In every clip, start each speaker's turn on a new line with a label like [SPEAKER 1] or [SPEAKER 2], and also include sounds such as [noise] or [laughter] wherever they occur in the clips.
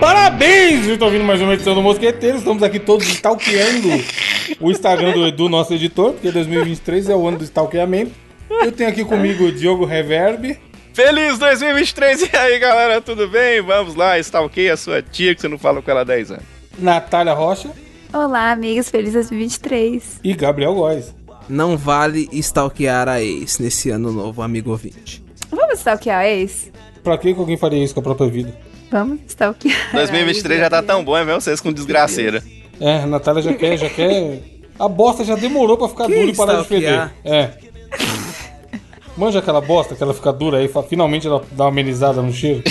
[SPEAKER 1] Parabéns! Vocês estão ouvindo mais uma edição do Mosqueteiro. Estamos aqui todos stalkeando o Instagram do Edu, nosso editor, porque 2023 é o ano do stalkeamento. Eu tenho aqui comigo o Diogo Reverb.
[SPEAKER 2] Feliz 2023! E aí, galera, tudo bem? Vamos lá, stalkeia a sua tia que você não fala com ela há 10 anos.
[SPEAKER 1] Natália Rocha
[SPEAKER 3] Olá, amigos, feliz 2023.
[SPEAKER 1] e Gabriel Góes.
[SPEAKER 4] Não vale stalkear a ex nesse ano novo, amigo ouvinte.
[SPEAKER 3] Vamos stalkear a ex?
[SPEAKER 1] Pra que que alguém faria isso com a própria vida?
[SPEAKER 3] Vamos stalkear. a
[SPEAKER 2] 2023
[SPEAKER 3] ex, né,
[SPEAKER 2] já tá
[SPEAKER 3] Gabriel.
[SPEAKER 2] tão bom, é mesmo? Vocês com desgraceira.
[SPEAKER 1] É, a Natália já quer, já quer. A bosta já demorou pra ficar
[SPEAKER 4] Que
[SPEAKER 1] dura e parar de feder.
[SPEAKER 4] stalkear?
[SPEAKER 1] É. Manja aquela bosta que ela fica dura aí, fa- finalmente ela dá uma amenizada no cheiro.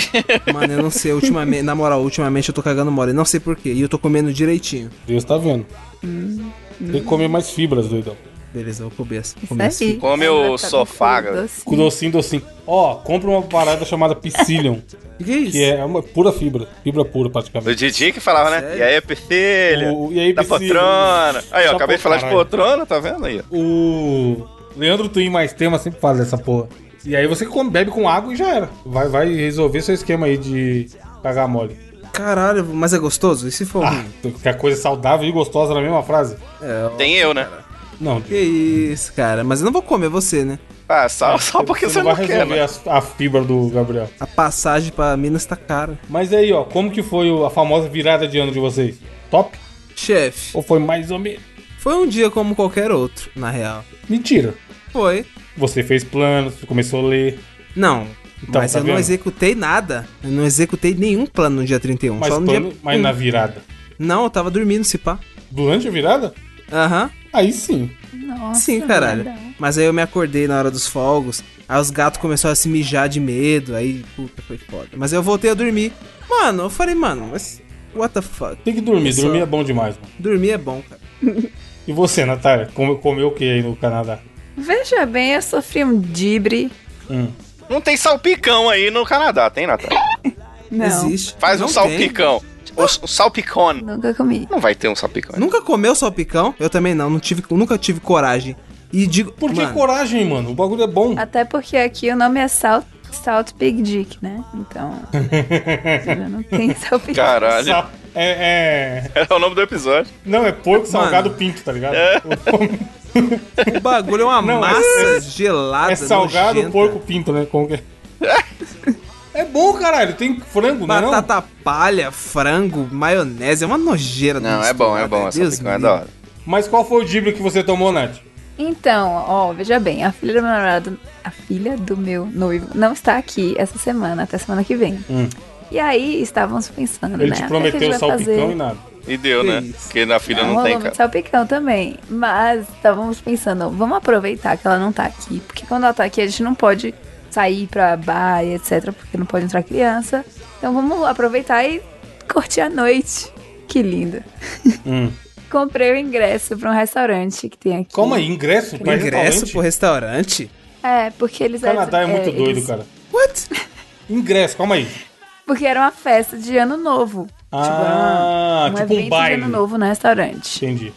[SPEAKER 4] Mano, eu não sei, ultimamente, na moral, ultimamente eu tô cagando mole, não sei porquê, e eu tô comendo direitinho.
[SPEAKER 1] Deus tá vendo. Tem que comer mais fibras, doidão.
[SPEAKER 4] Beleza, eu vou comer essa.
[SPEAKER 3] Isso
[SPEAKER 4] comer essa.
[SPEAKER 3] aí.
[SPEAKER 2] Come
[SPEAKER 3] Ela
[SPEAKER 2] o
[SPEAKER 3] tá com
[SPEAKER 2] sofá,
[SPEAKER 3] tudo,
[SPEAKER 2] galera.
[SPEAKER 3] assim.
[SPEAKER 1] Com docinho, docinho. Ó, compra uma parada chamada Psyllium,
[SPEAKER 4] Que que é isso?
[SPEAKER 1] que é uma pura fibra. Fibra pura,
[SPEAKER 2] O
[SPEAKER 1] praticamente.
[SPEAKER 2] Didi que falava, né?
[SPEAKER 4] Sério?
[SPEAKER 2] E aí, filha?
[SPEAKER 1] O- e aí,
[SPEAKER 2] da
[SPEAKER 1] Priscila?
[SPEAKER 2] poltrona. Aí, ó,
[SPEAKER 1] Só
[SPEAKER 2] acabei de falar de
[SPEAKER 1] caralho.
[SPEAKER 2] poltrona, tá vendo aí? ó?
[SPEAKER 1] O Leandro Twin mais tema sempre fala dessa porra. E aí você come- bebe com água e já era. Vai, vai resolver seu esquema aí de cagar mole.
[SPEAKER 4] Caralho, mas é gostoso? E se for
[SPEAKER 1] Ah,
[SPEAKER 4] ruim?
[SPEAKER 1] que a coisa saudável e gostosa na mesma frase.
[SPEAKER 4] É, ó.
[SPEAKER 2] Tem eu, né?
[SPEAKER 1] Não,
[SPEAKER 4] Que isso, cara. Mas eu não vou comer você, né?
[SPEAKER 2] Ah, só, só porque você, não,
[SPEAKER 1] vai
[SPEAKER 2] quer,
[SPEAKER 1] resolver
[SPEAKER 2] né?
[SPEAKER 1] a, a fibra do Gabriel.
[SPEAKER 4] A passagem pra Minas tá cara.
[SPEAKER 1] Mas aí, ó, como que foi o- a famosa virada de ano de vocês? Top?
[SPEAKER 4] Chefe,
[SPEAKER 1] Ou foi mais ou menos?
[SPEAKER 4] foi um dia como qualquer outro, na real.
[SPEAKER 1] Mentira.
[SPEAKER 4] Foi.
[SPEAKER 1] Você fez planos, começou a ler.
[SPEAKER 4] Não.
[SPEAKER 1] Então,
[SPEAKER 4] mas
[SPEAKER 1] tá
[SPEAKER 4] eu
[SPEAKER 1] vendo?
[SPEAKER 4] não executei nada. Eu não executei nenhum plano no dia 31.
[SPEAKER 1] Mas,
[SPEAKER 4] só no
[SPEAKER 1] plano,
[SPEAKER 4] dia. um.
[SPEAKER 1] mas na virada.
[SPEAKER 4] Não, eu tava dormindo, se pá.
[SPEAKER 1] Durante a virada?
[SPEAKER 4] Aham.
[SPEAKER 1] Aí sim.
[SPEAKER 3] Nossa,
[SPEAKER 4] Sim, caralho.
[SPEAKER 3] mano.
[SPEAKER 4] Mas aí eu me acordei na hora dos fogos. Aí os gatos começaram a se mijar de medo. Aí, puta, foi foda. Mas aí eu voltei a dormir. Mano, eu falei, mano, mas. What the fuck?
[SPEAKER 1] Tem que dormir.
[SPEAKER 4] Isso.
[SPEAKER 1] Dormir é bom demais, mano.
[SPEAKER 4] Dormir é bom, cara.
[SPEAKER 1] E você, Natália? Come- comeu o que aí no Canadá?
[SPEAKER 3] Veja bem, eu sofri um dibre.
[SPEAKER 1] Hum.
[SPEAKER 2] Não tem salpicão aí no Canadá, tem, Natália?
[SPEAKER 3] Não,
[SPEAKER 4] Existe.
[SPEAKER 2] Faz um
[SPEAKER 4] Não tem.
[SPEAKER 2] salpicão. O, o salpicone.
[SPEAKER 3] nunca comi.
[SPEAKER 2] Não vai ter um salpicão.
[SPEAKER 4] Nunca comeu salpicão? Eu também não, não tive, nunca tive coragem. E digo,
[SPEAKER 1] Por que
[SPEAKER 4] mano,
[SPEAKER 1] coragem, mano? O bagulho é bom.
[SPEAKER 3] Até porque aqui o nome é Salt, Salt Big Dick, né?
[SPEAKER 1] [laughs]
[SPEAKER 3] Então. eu não tenho salpicão.
[SPEAKER 2] Caralho.
[SPEAKER 1] Sa- É, é-
[SPEAKER 2] É o nome do episódio.
[SPEAKER 1] Não, é porco salgado pinto, tá ligado?
[SPEAKER 3] É.
[SPEAKER 4] o bagulho é
[SPEAKER 1] [laughs]
[SPEAKER 4] uma
[SPEAKER 1] Não, é-
[SPEAKER 4] massa gelada.
[SPEAKER 1] É salgado
[SPEAKER 4] nojenta.
[SPEAKER 1] porco pinto, né? Como que é?
[SPEAKER 4] [laughs]
[SPEAKER 1] É bom, caralho. Tem frango, né? Não?
[SPEAKER 4] Batata palha, frango, maionese, é uma nojeira.
[SPEAKER 2] Não,
[SPEAKER 4] do
[SPEAKER 2] é bom, é
[SPEAKER 4] estômago,
[SPEAKER 2] bom.
[SPEAKER 4] né?
[SPEAKER 2] O
[SPEAKER 4] Deus
[SPEAKER 2] salpicão é
[SPEAKER 4] me
[SPEAKER 2] da
[SPEAKER 4] livre.
[SPEAKER 2] hora.
[SPEAKER 1] Mas qual foi o dibre que você tomou, Nath?
[SPEAKER 3] Então, ó, veja bem, a filha do meu namorado, a filha do meu noivo, não está aqui essa semana, até semana que vem.
[SPEAKER 1] Hum.
[SPEAKER 3] E aí estávamos pensando,
[SPEAKER 1] Ele
[SPEAKER 3] né?
[SPEAKER 1] te
[SPEAKER 3] o que é que a gente
[SPEAKER 1] prometeu
[SPEAKER 3] vai
[SPEAKER 1] salpicão
[SPEAKER 3] fazer?
[SPEAKER 1] e nada.
[SPEAKER 2] E deu,
[SPEAKER 4] Que
[SPEAKER 2] né?
[SPEAKER 4] isso.
[SPEAKER 2] Porque na filha não,
[SPEAKER 3] rolou
[SPEAKER 2] tem,
[SPEAKER 3] muito
[SPEAKER 2] cara.
[SPEAKER 3] salpicão também. Mas estávamos pensando, vamos aproveitar que ela não tá aqui. Porque quando ela tá aqui, a gente não pode sair pra bar e etc. Porque não pode entrar criança. Então vamos aproveitar e curtir a noite. Que lindo.
[SPEAKER 1] Hum.
[SPEAKER 3] [laughs] Comprei o ingresso pra um restaurante que tem aqui.
[SPEAKER 1] Calma aí, ingresso? pra
[SPEAKER 4] Ingresso
[SPEAKER 1] restaurante?
[SPEAKER 4] pro restaurante?
[SPEAKER 3] É, porque eles...
[SPEAKER 1] O Canadá é muito doido,
[SPEAKER 3] eles-
[SPEAKER 1] cara.
[SPEAKER 4] What?
[SPEAKER 1] Ingresso, calma aí.
[SPEAKER 3] Porque era uma festa de ano novo.
[SPEAKER 1] Ah,
[SPEAKER 3] era um
[SPEAKER 1] tipo um
[SPEAKER 3] evento
[SPEAKER 1] baile.
[SPEAKER 3] de ano novo no restaurante.
[SPEAKER 1] Entendi.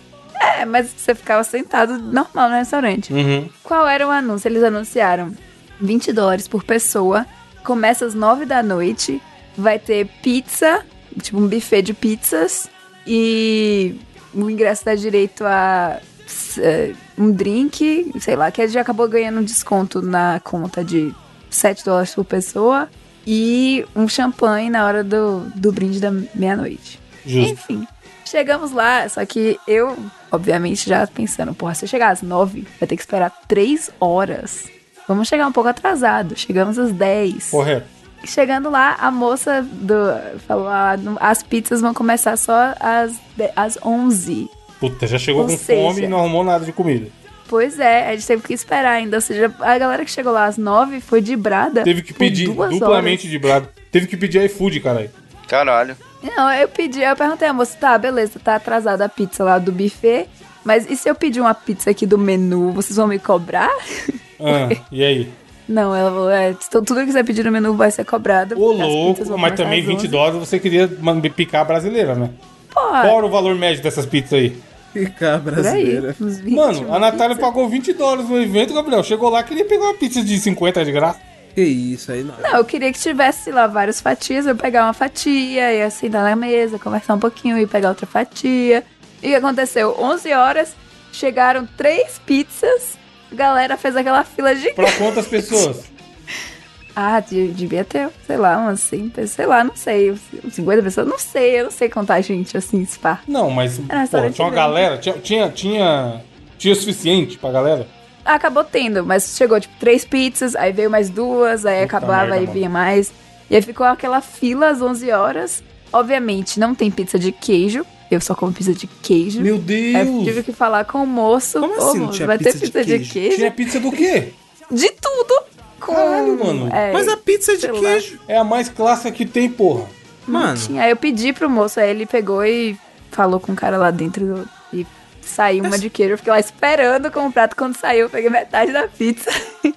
[SPEAKER 3] É, mas você ficava sentado normal no restaurante.
[SPEAKER 1] Uhum.
[SPEAKER 3] Qual era o anúncio? Eles anunciaram 20 dólares por pessoa, começa às 9 da noite, vai ter pizza, tipo um buffet de pizzas, e o ingresso dá direito a s- eh, um drink, sei lá, que a gente acabou ganhando um desconto na conta de 7 dólares por pessoa, e um champanhe na hora do, do brinde da meia-noite.
[SPEAKER 1] Justo.
[SPEAKER 3] Enfim, chegamos lá, só que eu, obviamente, já pensando, porra, se eu chegar às nove, vai ter que esperar três horas. Vamos chegar um pouco atrasado. Chegamos às 10.
[SPEAKER 1] Correto.
[SPEAKER 3] Chegando lá, a moça do, falou: ah, não- as pizzas vão começar só às, de- às 11.
[SPEAKER 1] Puta, já chegou
[SPEAKER 3] Ou
[SPEAKER 1] com
[SPEAKER 3] seja-
[SPEAKER 1] fome e não arrumou nada de comida.
[SPEAKER 3] Pois é, a gente teve que esperar ainda. Ou seja, a galera que chegou lá às 9 foi de brada.
[SPEAKER 1] Teve que
[SPEAKER 3] por
[SPEAKER 1] pedir
[SPEAKER 3] duas
[SPEAKER 1] duplamente de brado. Teve que pedir iFood, caralho.
[SPEAKER 2] Caralho.
[SPEAKER 4] Ah,
[SPEAKER 3] Não, eu pedi, eu perguntei à moça, tá, beleza, tá atrasada a pizza lá do buffet, mas e se eu pedir uma pizza aqui do menu, vocês vão me cobrar? [laughs]
[SPEAKER 1] Ah, e aí?
[SPEAKER 3] Não, ela falou, é, então tudo que você pedir no menu vai ser cobrado.
[SPEAKER 1] Ô
[SPEAKER 3] porque as pizzas
[SPEAKER 1] louco,
[SPEAKER 3] vão
[SPEAKER 1] mas
[SPEAKER 3] começar
[SPEAKER 1] também
[SPEAKER 3] às
[SPEAKER 1] 20
[SPEAKER 3] 11.
[SPEAKER 1] dólares você queria man- picar a brasileira, né?
[SPEAKER 3] Pô,
[SPEAKER 1] Qual era o valor médio dessas pizzas aí?
[SPEAKER 4] Ficar
[SPEAKER 3] por aí,
[SPEAKER 4] brasileira.
[SPEAKER 3] uns um 20.
[SPEAKER 1] Mano, a
[SPEAKER 3] uma
[SPEAKER 1] Natália
[SPEAKER 3] pizza.
[SPEAKER 1] pagou 20 dólares no evento, Gabriel. Chegou lá, queria pegar uma pizza de 50 de graça.
[SPEAKER 4] Que isso aí, não.
[SPEAKER 3] Não, eu queria que tivesse sei lá várias fatias, eu pegar uma fatia, ia sentar na mesa, conversar um pouquinho e pegar outra fatia. E o que aconteceu? 11 horas, chegaram três pizzas, a galera fez aquela fila de.
[SPEAKER 1] Pra quantas
[SPEAKER 3] [laughs]
[SPEAKER 1] pessoas?
[SPEAKER 3] Ah, de- devia ter, sei lá, umas 100 pessoas, sei lá, não sei, uns 50 pessoas, não sei, eu não sei contar gente assim, spa.
[SPEAKER 1] Não, mas pô,
[SPEAKER 3] restaurante
[SPEAKER 1] tinha uma
[SPEAKER 3] grande.
[SPEAKER 1] galera, tinha, tinha, tinha, tinha o suficiente pra galera.
[SPEAKER 3] Acabou tendo, mas chegou tipo três pizzas, aí veio mais duas, aí
[SPEAKER 1] Puta
[SPEAKER 3] acabava,
[SPEAKER 1] merda,
[SPEAKER 3] aí
[SPEAKER 1] mano.
[SPEAKER 3] vinha mais. E aí ficou aquela fila às 11 horas. Obviamente não tem pizza de queijo, eu só como pizza de queijo.
[SPEAKER 1] Meu
[SPEAKER 3] Aí
[SPEAKER 1] Deus!
[SPEAKER 3] Hum? É, tive que falar com o moço,
[SPEAKER 4] Como
[SPEAKER 3] "Ô,
[SPEAKER 4] assim não
[SPEAKER 3] moço,
[SPEAKER 4] tinha
[SPEAKER 3] vai ter
[SPEAKER 4] pizza de
[SPEAKER 3] pizza de
[SPEAKER 4] queijo?
[SPEAKER 3] queijo?
[SPEAKER 1] Tinha pizza do quê?
[SPEAKER 3] De tudo! Com...
[SPEAKER 1] Caralho, mano.
[SPEAKER 3] É,
[SPEAKER 4] Mas a pizza é de
[SPEAKER 3] sei lá.
[SPEAKER 4] queijo.
[SPEAKER 1] É a mais clássica que tem, porra.
[SPEAKER 4] Mano,
[SPEAKER 3] Tinha, aí eu pedi pro moço, aí ele pegou e falou com o cara lá dentro do- e saiu uma de queijo. Eu fiquei lá esperando com o prato. Quando saiu, eu peguei metade da pizza. [laughs]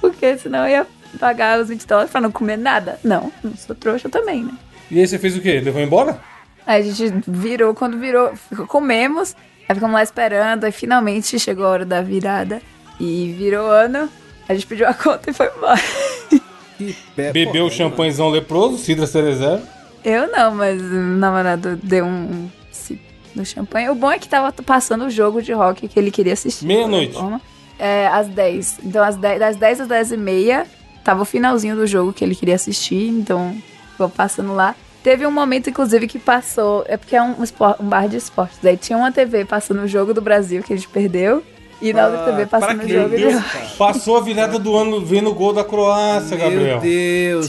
[SPEAKER 3] Porque senão eu ia pagar os 20 dólares pra não comer nada. Não, não sou trouxa também, né?
[SPEAKER 1] E aí você fez o quê? Levou embora?
[SPEAKER 3] Aí a gente virou, quando virou, ficou- comemos, aí ficamos lá esperando, aí finalmente chegou a hora da virada e virou ano. A gente pediu a conta e foi embora. [laughs]
[SPEAKER 4] que be-
[SPEAKER 1] Bebeu o
[SPEAKER 4] É, pô,
[SPEAKER 1] champanhezão leproso, Cidra Cerezer.
[SPEAKER 3] Eu não, mas o namorado deu um sip no champanhe. O bom é que tava passando o jogo de rock que ele queria assistir.
[SPEAKER 1] Meia-noite.
[SPEAKER 3] Toma. É, às 10. Então, às 10, das 10 às 10 e meia, tava o finalzinho do jogo que ele queria assistir, então vou passando lá. Teve um momento, inclusive, que passou. É porque é um, espor- um bar de esportes. Daí tinha uma TV passando o jogo do Brasil que a gente perdeu. E na outra
[SPEAKER 4] Ah,
[SPEAKER 3] TV passando
[SPEAKER 4] para
[SPEAKER 3] o
[SPEAKER 4] que-
[SPEAKER 1] Meu
[SPEAKER 3] jogo de
[SPEAKER 1] Deus, cara. Passou a virada do ano vendo o gol da Croácia,
[SPEAKER 4] Meu
[SPEAKER 1] Gabriel.
[SPEAKER 4] Deus.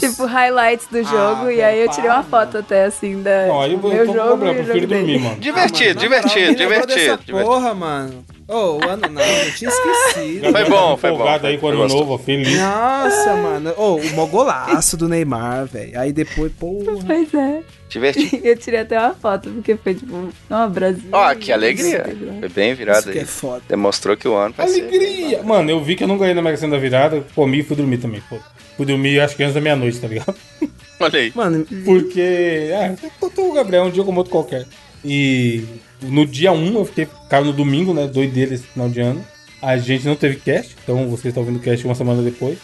[SPEAKER 3] [laughs] Tipo, highlights do jogo. e
[SPEAKER 4] velho,
[SPEAKER 3] aí eu tirei uma
[SPEAKER 4] para,
[SPEAKER 3] foto até assim da.
[SPEAKER 1] Ah, Não, aí eu
[SPEAKER 3] tipo,
[SPEAKER 1] vou
[SPEAKER 3] meu
[SPEAKER 1] então,
[SPEAKER 3] jogo.
[SPEAKER 1] Gabriel,
[SPEAKER 3] e o
[SPEAKER 1] prefiro
[SPEAKER 3] jogo dele.
[SPEAKER 1] dormir, mano.
[SPEAKER 2] Divertido,
[SPEAKER 4] Ah, mano, na moral,
[SPEAKER 2] divertido,
[SPEAKER 4] me lembrou
[SPEAKER 2] divertido,
[SPEAKER 4] dessa
[SPEAKER 2] divertido.
[SPEAKER 4] Porra, mano. Ô, o ano não, eu tinha esquecido.
[SPEAKER 1] Gabriel
[SPEAKER 2] bom,
[SPEAKER 1] tá
[SPEAKER 2] foi bom,
[SPEAKER 1] empolgado
[SPEAKER 2] foi-
[SPEAKER 1] aí com o
[SPEAKER 2] foi
[SPEAKER 1] ano
[SPEAKER 2] gostoso.
[SPEAKER 1] novo, feliz.
[SPEAKER 4] Nossa, mano. Ô, o mó golaço do Neymar, velho. Aí depois, porra.
[SPEAKER 3] Pois é.
[SPEAKER 2] Divertido.
[SPEAKER 3] [laughs] Eu tirei até uma foto, porque foi tipo, ó, Brasil.
[SPEAKER 2] Ó, que alegria. Foi bem virado
[SPEAKER 4] é Isso que
[SPEAKER 2] aí.
[SPEAKER 4] é foda.
[SPEAKER 2] Demonstrou que o ano vai ser-
[SPEAKER 1] Alegria! Mano, eu vi que eu não ganhei na Mega Sena da virada, comi e fui dormir também. Pô. Fui dormir acho que antes da meia-noite, tá ligado?
[SPEAKER 2] Olha aí.
[SPEAKER 4] Mano,
[SPEAKER 1] Porque. Ah, eu tô o Gabriel um dia como outro qualquer. E no dia 1, eu fiquei. Cara, no domingo, né? Doideira esse final de ano. A gente não teve cast, então vocês estão vendo o cast uma semana depois.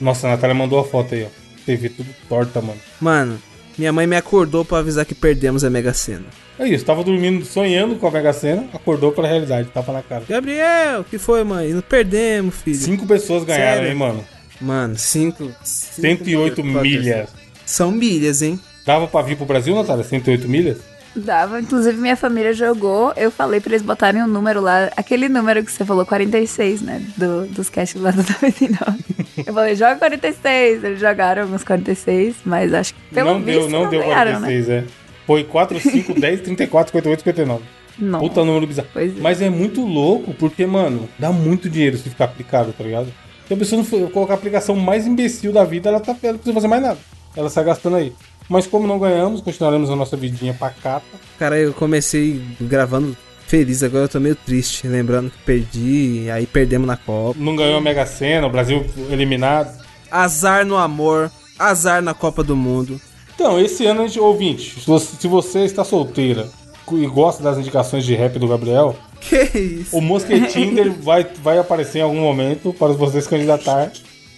[SPEAKER 1] Nossa, a Natália mandou a foto aí, ó. TV tudo torta, mano.
[SPEAKER 4] mano, minha mãe me acordou pra avisar que perdemos a Mega Sena.
[SPEAKER 1] É isso, tava dormindo, sonhando com a Mega Sena, acordou pra realidade, tapa na cara.
[SPEAKER 4] Gabriel, que foi, mãe? Não perdemos, filho.
[SPEAKER 1] Cinco pessoas ganharam,
[SPEAKER 4] Sério?
[SPEAKER 1] hein, mano.
[SPEAKER 4] Mano, cinco. cinco
[SPEAKER 1] 108
[SPEAKER 4] mil-
[SPEAKER 1] milhas.
[SPEAKER 4] São milhas, hein?
[SPEAKER 1] Dava pra vir pro Brasil, Natália? 108 milhas?
[SPEAKER 3] Dava, inclusive minha família jogou. Eu falei pra eles botarem um número lá, aquele número que você falou, 46, né? Do, dos casts lá do 99. Eu falei, joga 46. Eles jogaram alguns 46, mas acho que pelo
[SPEAKER 1] não
[SPEAKER 3] visto
[SPEAKER 1] deu, não, deu
[SPEAKER 3] ganharam, né?
[SPEAKER 1] 46, é. Foi 4, 5, 10, 34, 58, 59.
[SPEAKER 3] né? Não.
[SPEAKER 1] Puta número bizarro.
[SPEAKER 3] Pois é.
[SPEAKER 1] Mas é muito louco, porque, mano, dá muito dinheiro se ficar aplicado, tá ligado? Se a pessoa não for colocar a aplicação mais imbecil da vida, ela, tá, ela não precisa fazer mais nada. Ela sai gastando aí. Mas como não ganhamos, continuaremos a nossa vidinha pacata.
[SPEAKER 4] Cara, eu comecei gravando feliz, agora eu tô meio triste, lembrando que perdi, aí perdemos na Copa.
[SPEAKER 1] Não ganhou a Mega Sena, o Brasil eliminado.
[SPEAKER 4] Azar no amor, azar na Copa do Mundo. [laughs]
[SPEAKER 1] Então, esse ano, a gente, ouvinte, se você- se você está solteira e gosta das indicações de rap do Gabriel,
[SPEAKER 4] Que isso?
[SPEAKER 1] o Mosquetinder vai, vai aparecer em algum momento para você se candidatar.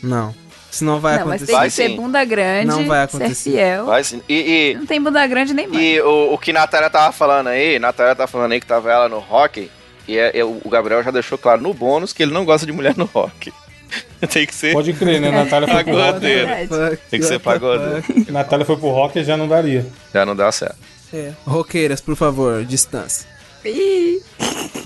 [SPEAKER 4] Não, isso não vai
[SPEAKER 3] não, mas
[SPEAKER 4] acontecer.
[SPEAKER 3] tem
[SPEAKER 2] Vai
[SPEAKER 3] que ser
[SPEAKER 2] sim.
[SPEAKER 3] bunda grande,
[SPEAKER 4] Não vai
[SPEAKER 3] ser
[SPEAKER 4] acontecer.
[SPEAKER 3] fiel.
[SPEAKER 2] Vai sim. E,
[SPEAKER 3] Não tem bunda grande nem
[SPEAKER 2] e,
[SPEAKER 3] mais.
[SPEAKER 2] e o, o que Natália tava falando aí, Natália tava falando aí que tava ela no rock, e é- é, o Gabriel já deixou claro no bônus que ele não gosta de mulher no rock. [laughs] Tem que ser,
[SPEAKER 1] Pode crer, né? Natália foi pro rock.
[SPEAKER 2] Pagodeiro. tem que ser pagodeiro.
[SPEAKER 1] Natália foi pro rock e já não daria.
[SPEAKER 2] Já não dá certo.
[SPEAKER 4] É. Roqueiras, por favor, distância.
[SPEAKER 3] Ih,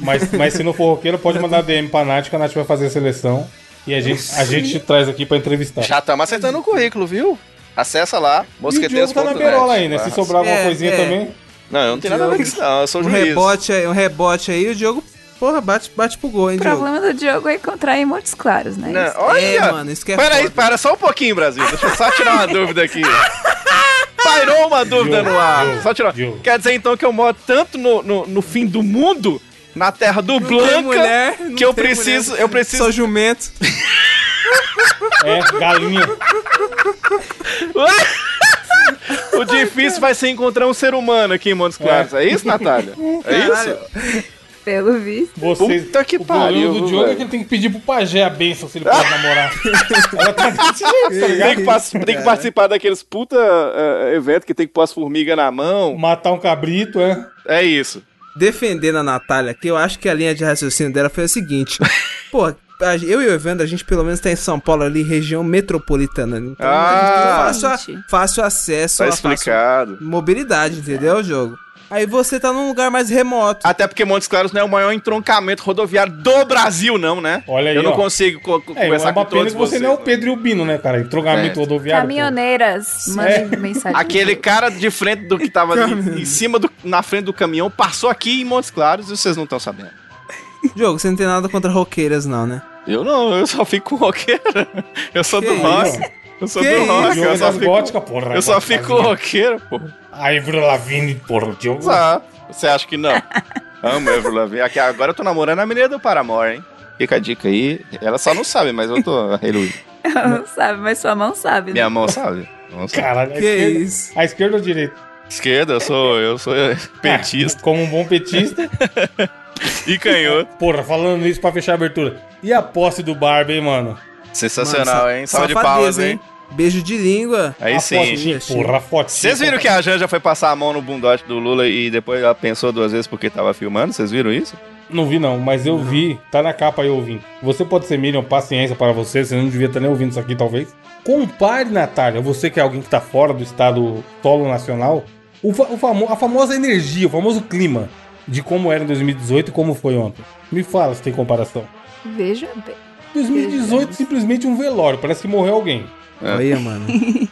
[SPEAKER 1] Mas, mas se não for roqueiro, pode mandar DM pra Nath, que a Nath vai fazer a seleção. E a gente, a gente te traz aqui pra entrevistar.
[SPEAKER 2] Já estamos acertando o currículo, viu? Acessa lá,
[SPEAKER 1] E o Diogo
[SPEAKER 2] mosqueteiros.net.
[SPEAKER 1] tá na berola ainda. Se
[SPEAKER 2] Barra-
[SPEAKER 1] sobrar alguma
[SPEAKER 4] É,
[SPEAKER 1] coisinha
[SPEAKER 4] é.
[SPEAKER 1] também.
[SPEAKER 2] Não, eu não tenho nada a ver com isso, não. Eu sou
[SPEAKER 4] Um
[SPEAKER 2] juiz.
[SPEAKER 4] rebote, aí, um rebote aí, o Diogo, porra, bate, bate pro gol, hein,
[SPEAKER 3] o
[SPEAKER 4] Diogo?
[SPEAKER 3] problema do Diogo é encontrar em Montes Claros, né?
[SPEAKER 2] Não,
[SPEAKER 3] Isso.
[SPEAKER 2] olha!
[SPEAKER 4] É, mano, isso que é
[SPEAKER 2] para aí,
[SPEAKER 4] foda.
[SPEAKER 2] para só um pouquinho, Brasil. Deixa eu só tirar uma dúvida aqui. Pairou uma dúvida
[SPEAKER 1] Diogo,
[SPEAKER 2] no ar.
[SPEAKER 1] Diogo,
[SPEAKER 2] Só tirar.
[SPEAKER 1] Diogo.
[SPEAKER 2] Quer dizer, então, que eu moro tanto no, no, no fim do mundo, na terra do Blanca,
[SPEAKER 4] não
[SPEAKER 2] que eu
[SPEAKER 4] tem mulher.
[SPEAKER 2] preciso, eu preciso...
[SPEAKER 4] Sou jumento.
[SPEAKER 1] É, galinha.
[SPEAKER 2] o difícil vai ser encontrar um ser humano aqui em Montes Claros. É, isso, Natália? É isso?
[SPEAKER 4] Caralho.
[SPEAKER 3] Pelo visto.
[SPEAKER 1] Vocês,
[SPEAKER 2] Puta que
[SPEAKER 1] o problema
[SPEAKER 2] pariu,
[SPEAKER 1] do Diogo é
[SPEAKER 2] velho.
[SPEAKER 1] que ele tem que pedir pro pajé a bênção se ele
[SPEAKER 2] [laughs]
[SPEAKER 1] pode namorar. Ela tá desse jeito, tá
[SPEAKER 2] Tem
[SPEAKER 1] ligado?
[SPEAKER 2] que, pass- tem que
[SPEAKER 4] cara.
[SPEAKER 2] participar daqueles puta eh, evento que tem que pôr as formigas na mão.
[SPEAKER 1] Matar um cabrito, é.
[SPEAKER 2] É isso.
[SPEAKER 4] defendendo a Natália, que eu acho que a linha de raciocínio dela foi a seguinte.
[SPEAKER 2] [laughs]
[SPEAKER 4] Pô, a- eu e o Evandro, a gente pelo menos tá em São Paulo ali, região metropolitana. né? Então
[SPEAKER 2] Ah.
[SPEAKER 4] a gente tem fácil, a- fácil acesso
[SPEAKER 2] Tá
[SPEAKER 4] a fácil
[SPEAKER 2] explicado.
[SPEAKER 4] mobilidade, entendeu, o jogo? Aí você tá num lugar mais remoto.
[SPEAKER 2] Até porque Montes Claros não é o maior entroncamento rodoviário do Brasil, não, né?
[SPEAKER 1] Olha aí,
[SPEAKER 2] Eu não
[SPEAKER 1] ó.
[SPEAKER 2] consigo co- co-
[SPEAKER 1] É, é
[SPEAKER 2] conversar
[SPEAKER 1] uma
[SPEAKER 2] com
[SPEAKER 1] pena
[SPEAKER 2] todos
[SPEAKER 1] que você
[SPEAKER 2] vocês.
[SPEAKER 1] não é o
[SPEAKER 2] né?
[SPEAKER 1] Pedro e o Bino, né, cara? Entrogamento
[SPEAKER 2] É.
[SPEAKER 1] rodoviário. pô.
[SPEAKER 3] Caminhoneiras,
[SPEAKER 1] É.
[SPEAKER 3] mandem mensagem. [laughs]
[SPEAKER 2] Aquele cara de frente do que tava ali, em cima do, na frente do caminhão passou aqui em Montes Claros e vocês não estão sabendo.
[SPEAKER 4] Jogo, você não tem nada contra roqueiras, não, né?
[SPEAKER 2] Eu não, eu só fico [laughs] com roqueiro. Eu sou
[SPEAKER 4] Que
[SPEAKER 2] do
[SPEAKER 4] isso?
[SPEAKER 2] rock. Eu sou
[SPEAKER 4] Que
[SPEAKER 2] do
[SPEAKER 4] isso?
[SPEAKER 1] O
[SPEAKER 2] rock.
[SPEAKER 1] Diogo é
[SPEAKER 2] Eu só
[SPEAKER 1] das
[SPEAKER 2] fico,
[SPEAKER 1] góticas, porra.
[SPEAKER 2] eu só
[SPEAKER 1] agora
[SPEAKER 2] fico
[SPEAKER 1] sozinho.
[SPEAKER 2] roqueiro, pô.
[SPEAKER 1] A Ivro Lavigne, porra, o Diogo.
[SPEAKER 2] Ah, você acha que
[SPEAKER 1] [laughs]
[SPEAKER 2] não? Amo a Avril Lavigne. Aqui, agora eu tô namorando a menina do Paramore, hein? Fica a dica aí. Ela só não sabe, mas eu tô... Aleluia.
[SPEAKER 3] não sabe, mas sua mão sabe. Né?
[SPEAKER 2] Minha mão sabe. Mão sabe.
[SPEAKER 1] Caralho, a
[SPEAKER 4] Que
[SPEAKER 1] esquerda-
[SPEAKER 4] isso?
[SPEAKER 1] A esquerda ou a direita?
[SPEAKER 2] Esquerda, eu sou, eu sou petista
[SPEAKER 1] Ah, como um bom petista.
[SPEAKER 2] e canhoto.
[SPEAKER 1] Porra, falando nisso pra fechar a abertura. E a posse do Barba, hein, mano?
[SPEAKER 2] [laughs] Sensacional,
[SPEAKER 4] Mano,
[SPEAKER 2] hein?
[SPEAKER 4] sa-
[SPEAKER 2] Salve de
[SPEAKER 4] safadeza,
[SPEAKER 2] palmas, hein? É.
[SPEAKER 4] Beijo de língua.
[SPEAKER 2] Aí
[SPEAKER 1] a
[SPEAKER 2] sim.
[SPEAKER 1] Fotinha,
[SPEAKER 4] Sim.
[SPEAKER 1] porra, a fotinha.
[SPEAKER 2] Vocês viram que a Janja foi passar a mão no bundote do Lula e depois ela pensou duas vezes porque tava filmando? Vocês viram isso?
[SPEAKER 1] Não vi, não, mas eu vi. Tá na capa aí ouvindo. Você pode ser Miriam, paciência para você. Você não devia estar nem ouvindo isso aqui, talvez. Compare, Natália, você que é alguém que tá fora do estado solo nacional, o, fa- o famo- a famosa energia, o famoso clima de como era em 2018 e como foi ontem. Me fala se tem comparação.
[SPEAKER 3] Veja bem.
[SPEAKER 1] 2018, simplesmente um velório. Parece que morreu alguém.
[SPEAKER 2] É. [laughs]
[SPEAKER 4] Olha, mano.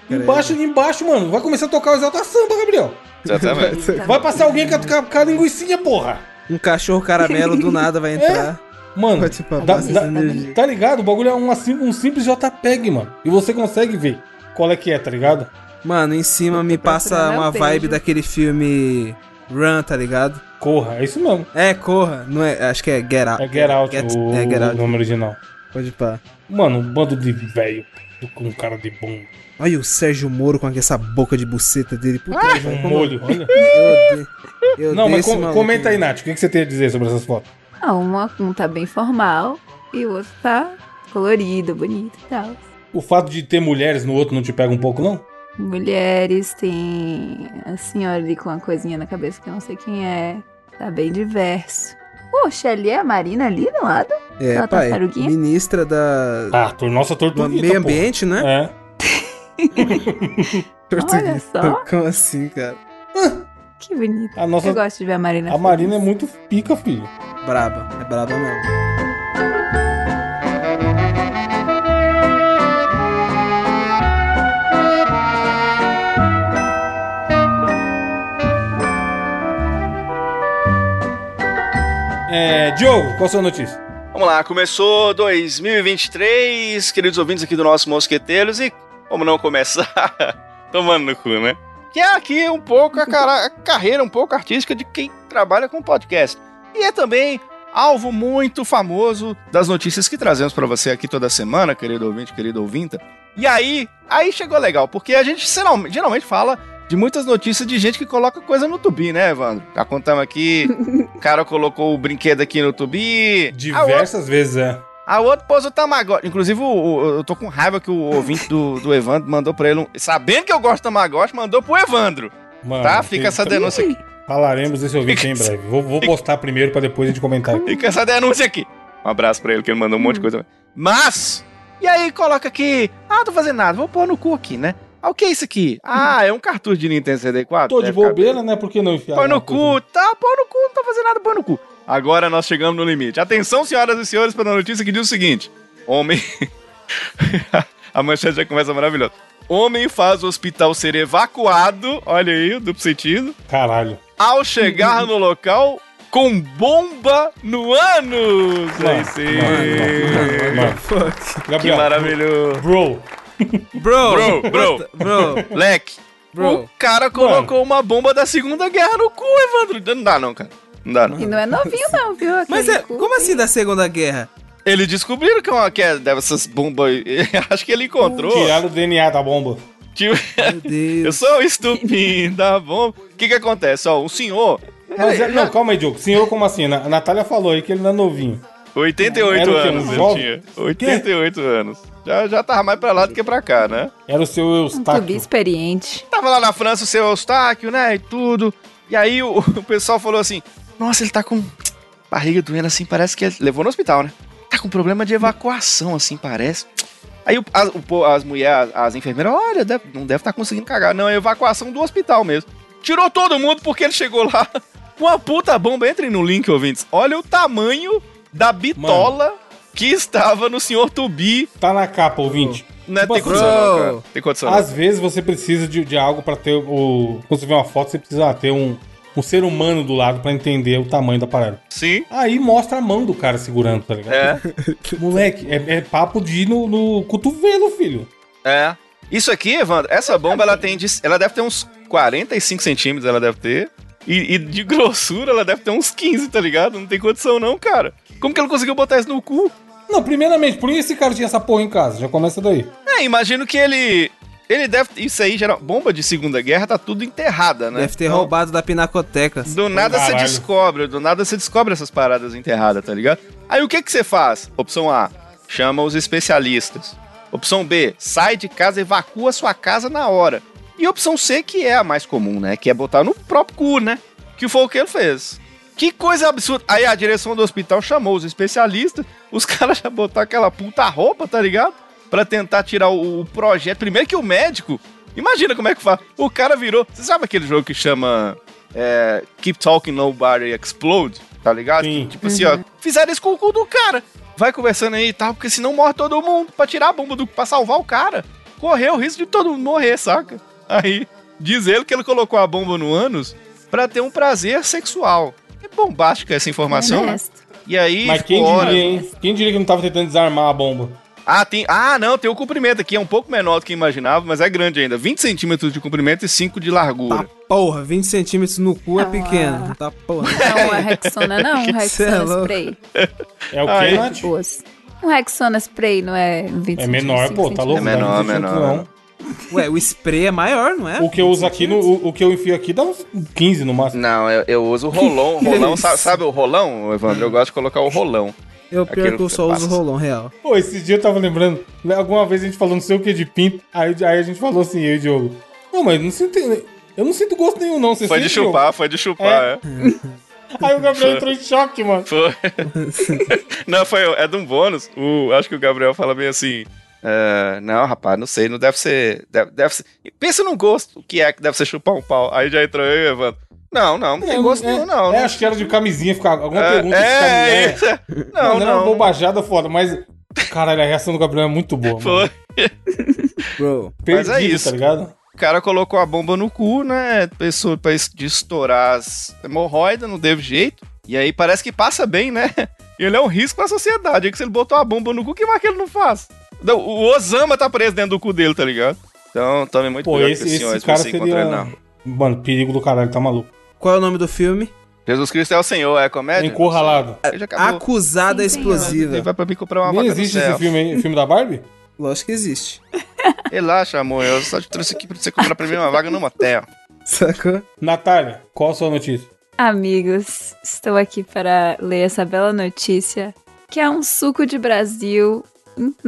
[SPEAKER 4] Credo.
[SPEAKER 1] Embaixo, embaixo, mano. Vai começar a tocar o Exalta Samba, Gabriel.
[SPEAKER 2] [laughs] Exatamente.
[SPEAKER 3] Tá
[SPEAKER 1] Vai passar alguém com a, com a- com a linguicinha, porra.
[SPEAKER 4] Um cachorro caramelo do nada
[SPEAKER 2] É.
[SPEAKER 4] vai entrar.
[SPEAKER 1] Mano,
[SPEAKER 4] Participar
[SPEAKER 1] dá-
[SPEAKER 4] dessa
[SPEAKER 1] dá-
[SPEAKER 4] energia.
[SPEAKER 1] tá ligado? O bagulho é uma sim- um simples JPEG, mano. E você consegue ver qual é que é, tá ligado?
[SPEAKER 4] Mano, em cima me passa
[SPEAKER 3] procurando,
[SPEAKER 4] uma
[SPEAKER 3] eu
[SPEAKER 4] vibe
[SPEAKER 3] vejo.
[SPEAKER 4] daquele filme Run, tá ligado?
[SPEAKER 1] Corra, é isso mesmo.
[SPEAKER 4] É, corra. Não é, acho que é Get Out.
[SPEAKER 1] É Get Out, o,
[SPEAKER 4] é, Get
[SPEAKER 1] o
[SPEAKER 4] Out.
[SPEAKER 1] nome original.
[SPEAKER 4] Pode pá.
[SPEAKER 1] Mano, um bando de velho com um cara de bom,
[SPEAKER 4] Olha o Sérgio Moro com essa boca de buceta dele. Puta, ele vai-
[SPEAKER 1] um molho, olha.
[SPEAKER 4] Eu odeio.
[SPEAKER 1] [laughs]
[SPEAKER 4] eu
[SPEAKER 1] Não,
[SPEAKER 4] odeio
[SPEAKER 1] mas
[SPEAKER 4] esse
[SPEAKER 1] com-
[SPEAKER 4] maluco,
[SPEAKER 1] comenta aí,
[SPEAKER 4] mano.
[SPEAKER 1] Nath, o que que você tem a dizer sobre essas fotos?
[SPEAKER 3] Ah, uma, um tá bem formal e o outro tá colorido, bonito e tal.
[SPEAKER 1] O fato de ter mulheres no outro não te pega um pouco, não?
[SPEAKER 3] Mulheres, tem a senhora ali com uma coisinha na cabeça que eu não sei quem é. Tá bem diverso. Poxa, ali é a Marina ali do lado?
[SPEAKER 4] É,
[SPEAKER 3] Aquela
[SPEAKER 4] pai.
[SPEAKER 3] tartaruguinha?
[SPEAKER 4] Ministra da...
[SPEAKER 1] Ah, tor- nossa
[SPEAKER 4] do
[SPEAKER 1] torturita,
[SPEAKER 4] meio
[SPEAKER 1] pô.
[SPEAKER 4] ambiente, né?
[SPEAKER 1] É.
[SPEAKER 3] Olha só.
[SPEAKER 4] Como assim, cara?
[SPEAKER 3] Que bonito.
[SPEAKER 1] A nossa...
[SPEAKER 3] Eu gosto de ver a Marina.
[SPEAKER 1] A Marina é muito pica, filho.
[SPEAKER 4] Braba. É braba mesmo.
[SPEAKER 1] É, Diogo, qual a sua notícia?
[SPEAKER 2] Vamos lá, começou 2023, queridos ouvintes aqui do nosso Mosqueteiros, e como não começar [laughs] tomando no cu, né? Que é aqui um pouco a, cara- a carreira um pouco artística de quem trabalha com podcast. E é também alvo muito famoso das notícias que trazemos pra você aqui toda semana, querido ouvinte, querido ouvinta. E aí, aí chegou legal, porque a gente geral- geralmente fala de muitas notícias de gente que coloca coisa no tubi, né, Evandro? Já contamos aqui, o cara colocou o brinquedo aqui no tubi. a outra-
[SPEAKER 1] Diversas vezes, é.
[SPEAKER 2] a outra pôs Ah, o Tamagotchi. Inclusive, o- o- eu tô com raiva que o ouvinte do, do Evandro mandou pra ele. um- Sabendo que eu gosto de Tamagotchi, mandou pro Evandro.
[SPEAKER 1] Mano,
[SPEAKER 2] tá? Fica essa
[SPEAKER 1] denúncia.
[SPEAKER 2] denúncia aqui.
[SPEAKER 1] Falaremos desse ouvinte em breve. Vou, vou postar primeiro pra depois a gente comentar.
[SPEAKER 2] Fica essa denúncia aqui. Um abraço pra ele, que ele mandou um monte de coisa. Mas. E aí, coloca aqui. Ah, tô fazendo nada. Vou pôr no cu aqui, né? Ah, o que é isso aqui? Ah, é um cartucho de Nintendo 64.
[SPEAKER 1] Tô de
[SPEAKER 2] Deve ficar
[SPEAKER 1] bobeira, né? Por que não enfiar?
[SPEAKER 2] Põe no
[SPEAKER 1] alguma coisa?
[SPEAKER 2] cu, tá? Põe no cu, não tá fazendo nada, põe no cu. Agora nós chegamos no limite. Atenção, senhoras e senhores, para a notícia que diz o seguinte: Homem. [laughs] a manchete já começa maravilhosa. Homem faz o hospital ser evacuado, olha aí, o duplo sentido,
[SPEAKER 1] Caralho.
[SPEAKER 2] ao chegar no local com bomba no ânus.
[SPEAKER 1] Mano,
[SPEAKER 2] Aí sim.
[SPEAKER 1] mano, mano, mano.
[SPEAKER 4] Fuck.
[SPEAKER 2] [laughs] Que
[SPEAKER 1] Gabriel,
[SPEAKER 2] maravilhoso.
[SPEAKER 1] bro,
[SPEAKER 4] Bro.
[SPEAKER 2] Bro, bro.
[SPEAKER 4] Bro.
[SPEAKER 2] Leque,
[SPEAKER 4] Bro.
[SPEAKER 2] o cara colocou uma bomba da Segunda Guerra no cu, Evandro. Não dá não, cara. Não dá não.
[SPEAKER 3] E não é novinho, não, viu?
[SPEAKER 4] [laughs] Mas
[SPEAKER 3] Aquele
[SPEAKER 4] é,
[SPEAKER 3] cu
[SPEAKER 4] como assim da Segunda Guerra?
[SPEAKER 2] Eles descobriram que é uma que é dessas bombas. aí. [laughs] Acho que ele encontrou.
[SPEAKER 1] tiraram o DNA da bomba.
[SPEAKER 2] Tio, [laughs]
[SPEAKER 4] Meu Deus.
[SPEAKER 2] eu sou o estupim da bomba. O que que acontece? Ó, um senhor
[SPEAKER 1] Mas, é-
[SPEAKER 2] Peraí,
[SPEAKER 1] não, calma aí, Diogo. Senhor, como assim? Na- A Natália falou aí que ele não é novinho. Era
[SPEAKER 2] 88
[SPEAKER 1] o quê, um
[SPEAKER 2] anos ele
[SPEAKER 1] jovem?
[SPEAKER 2] tinha. 88 anos. Já, já tava mais pra lá do que pra cá, né?
[SPEAKER 1] Era o seu
[SPEAKER 3] Um tubi
[SPEAKER 1] Eustáquio.
[SPEAKER 3] experiente.
[SPEAKER 2] Tava lá na França o seu Eustáquio, né? E tudo. E aí o, o pessoal falou assim: Nossa, ele tá com barriga doendo assim, parece que ele levou no hospital, né? Tá com problema de evacuação, assim, parece. Aí o- as, o po- as mulheres, as enfermeiras, olha, deve- não deve estar conseguindo cagar. Não, é evacuação do hospital mesmo. Tirou todo mundo porque ele chegou lá [laughs] com uma puta bomba. Entrem no link, ouvintes. Olha o tamanho da bitola que estava no senhor Tubi.
[SPEAKER 1] Tá na capa, ouvinte.
[SPEAKER 2] Não é, tem
[SPEAKER 1] Bro.
[SPEAKER 2] condição, não, cara. Tem condição. não.
[SPEAKER 1] Às vezes você precisa de, de algo pra ter o. Quando você vê uma foto, você precisa ter um, um ser humano do lado pra entender o tamanho da parada.
[SPEAKER 2] Sim.
[SPEAKER 1] Aí mostra a mão do cara segurando, tá ligado?
[SPEAKER 2] É.
[SPEAKER 1] Moleque, é, é papo de ir no, no cotovelo, filho.
[SPEAKER 2] É. Isso aqui, Evandro, essa bomba ela tem. de- Ela deve ter uns 45 centímetros, ela deve ter. E, e de grossura ela deve ter uns 15, tá ligado? Não tem condição, não, cara. Como que ele conseguiu botar isso no cu?
[SPEAKER 1] Não, primeiramente, por que esse cara tinha essa porra em casa? Já começa daí.
[SPEAKER 2] É, imagino que ele. Ele deve. Isso aí, geral. Bomba de Segunda Guerra tá tudo enterrada, né?
[SPEAKER 4] Deve ter
[SPEAKER 2] Então,
[SPEAKER 4] roubado da pinacoteca.
[SPEAKER 2] Do nada você
[SPEAKER 1] Caralho.
[SPEAKER 2] descobre, do nada você descobre essas paradas enterradas, tá ligado? Aí o que que você faz? Opção A, chama os especialistas. Opção B, sai de casa, evacua sua casa na hora. E opção C, que é a mais comum, né? Que é botar no próprio cu, né? Que foi o que ele fez. Que coisa absurda. Aí a direção do hospital chamou os especialistas, os caras já botaram aquela puta roupa, tá ligado? Pra tentar tirar o, o projeto. Primeiro que o médico. Imagina como é que faz. O cara virou. Você sabe aquele jogo que chama é, Keep Talking Nobody Explode, tá ligado?
[SPEAKER 1] Sim.
[SPEAKER 2] Que, tipo assim, ó, fizeram isso com o cu do cara. Vai conversando aí e tal, porque senão morre todo mundo pra tirar a bomba do pra salvar o cara. Correu o risco de todo mundo morrer, saca? Aí, diz ele que ele colocou a bomba no ânus pra ter um prazer sexual. É bombástica essa informação, né?
[SPEAKER 3] É Honesto.
[SPEAKER 2] E aí,
[SPEAKER 1] Mas
[SPEAKER 2] ficou
[SPEAKER 1] quem
[SPEAKER 2] horas.
[SPEAKER 1] diria, hein? Quem diria que não tava tentando desarmar a bomba?
[SPEAKER 2] Ah, tem... ah, não, tem o comprimento aqui, é um pouco menor do que eu imaginava, mas é grande ainda. 20 centímetros de comprimento e 5 de
[SPEAKER 4] Tá
[SPEAKER 2] largura.
[SPEAKER 4] porra, 20 centímetros no cu é pequeno. Tá porra.
[SPEAKER 3] Ah. [laughs]
[SPEAKER 4] [laughs]
[SPEAKER 3] Não, a Rexona não, um
[SPEAKER 4] cê é
[SPEAKER 3] Rexona
[SPEAKER 4] louco.
[SPEAKER 3] spray.
[SPEAKER 1] É o
[SPEAKER 2] Ai.
[SPEAKER 1] que, Nath?
[SPEAKER 3] Boas. Um Rexona spray não é 20
[SPEAKER 1] É menor, pô, tá louco?
[SPEAKER 2] É
[SPEAKER 1] não
[SPEAKER 2] menor,
[SPEAKER 1] dá 20 centímetros,
[SPEAKER 2] menor. Tá
[SPEAKER 4] Ué, o spray é maior, não é?
[SPEAKER 1] O que eu uso aqui, no, o, o que eu enfio aqui dá uns 15 no máximo.
[SPEAKER 2] Não, eu, eu uso o [laughs] rolão. rolão sabe, sabe o rolão, Evandro? Eu gosto de colocar o rolão.
[SPEAKER 4] Eu pior
[SPEAKER 2] Aquilo
[SPEAKER 4] que eu
[SPEAKER 2] que
[SPEAKER 4] só
[SPEAKER 2] você
[SPEAKER 4] uso
[SPEAKER 2] passa.
[SPEAKER 4] rolão real.
[SPEAKER 1] Pô, esse dia eu tava lembrando, né, alguma vez a gente falou não sei o que de pinto, aí, aí a gente falou assim, eu e o Diogo. Não, mas não sinto, eu não sinto gosto nenhum, não. Você
[SPEAKER 2] Foi de
[SPEAKER 1] sente, Diogo?
[SPEAKER 2] chupar, foi de chupar, é.
[SPEAKER 1] Aí o Gabriel entrou em choque, mano.
[SPEAKER 2] Foi. [laughs] não, foi. É de um bônus. O, acho que o Gabriel fala bem assim. "É, não, rapaz, não sei, não deve ser. Deve, deve ser. e Pensa num gosto, o que é que deve ser chupar um pau. Aí já entrou eu, e o Evandro. Não, não, não tem gosto
[SPEAKER 1] é,
[SPEAKER 2] nenhum, não. né?
[SPEAKER 1] É, acho que era de camisinha, ficar alguma
[SPEAKER 2] É,
[SPEAKER 1] pergunta de
[SPEAKER 2] é,
[SPEAKER 1] camisinha.
[SPEAKER 2] isso. [laughs] Não,
[SPEAKER 1] Mano, era uma
[SPEAKER 2] não. é
[SPEAKER 1] bobajada foda, mas. Caralho, a reação do Gabriel é muito
[SPEAKER 2] [laughs]
[SPEAKER 1] boa. Mano.
[SPEAKER 2] Foi.
[SPEAKER 4] Bro,
[SPEAKER 1] Perdido,
[SPEAKER 2] Mas é isso.
[SPEAKER 1] tá ligado?
[SPEAKER 2] O cara colocou a bomba no cu, né? Pensou pra es- de estourar as hemorroidas, não teve jeito. E aí parece que passa bem, né? [laughs] Ele é um risco pra sociedade. É que se ele botou a bomba no cu, que mais que ele não faz? Não, O Osama tá preso dentro do cu dele, tá ligado? Então tome muito
[SPEAKER 1] Pô,
[SPEAKER 2] cuidado
[SPEAKER 1] esse,
[SPEAKER 2] com
[SPEAKER 1] esse
[SPEAKER 2] senhores pra
[SPEAKER 1] cara
[SPEAKER 2] você encontrar ele na
[SPEAKER 1] seria.
[SPEAKER 2] rua.
[SPEAKER 1] Mano, perigo do caralho, tá maluco.
[SPEAKER 4] qual é o nome do filme?
[SPEAKER 2] Jesus Cristo é o Senhor, é comédia?
[SPEAKER 1] Encurralado.
[SPEAKER 2] Ele já acabou.
[SPEAKER 4] Acusada
[SPEAKER 3] Sim,
[SPEAKER 2] Ele
[SPEAKER 4] Explosiva.
[SPEAKER 2] vai pra mim comprar uma
[SPEAKER 1] Nem
[SPEAKER 2] vaca no
[SPEAKER 1] existe esse
[SPEAKER 2] céu.
[SPEAKER 1] filme aí, filme da Barbie?
[SPEAKER 4] Lógico que existe.
[SPEAKER 2] Relaxa, amor. Eu só te trouxe aqui pra você comprar pra mim uma vaga no motel.
[SPEAKER 4] Sacou?
[SPEAKER 1] Natália, qual a sua notícia?
[SPEAKER 3] Amigos, estou aqui para ler essa bela notícia, que é um suco de Brasil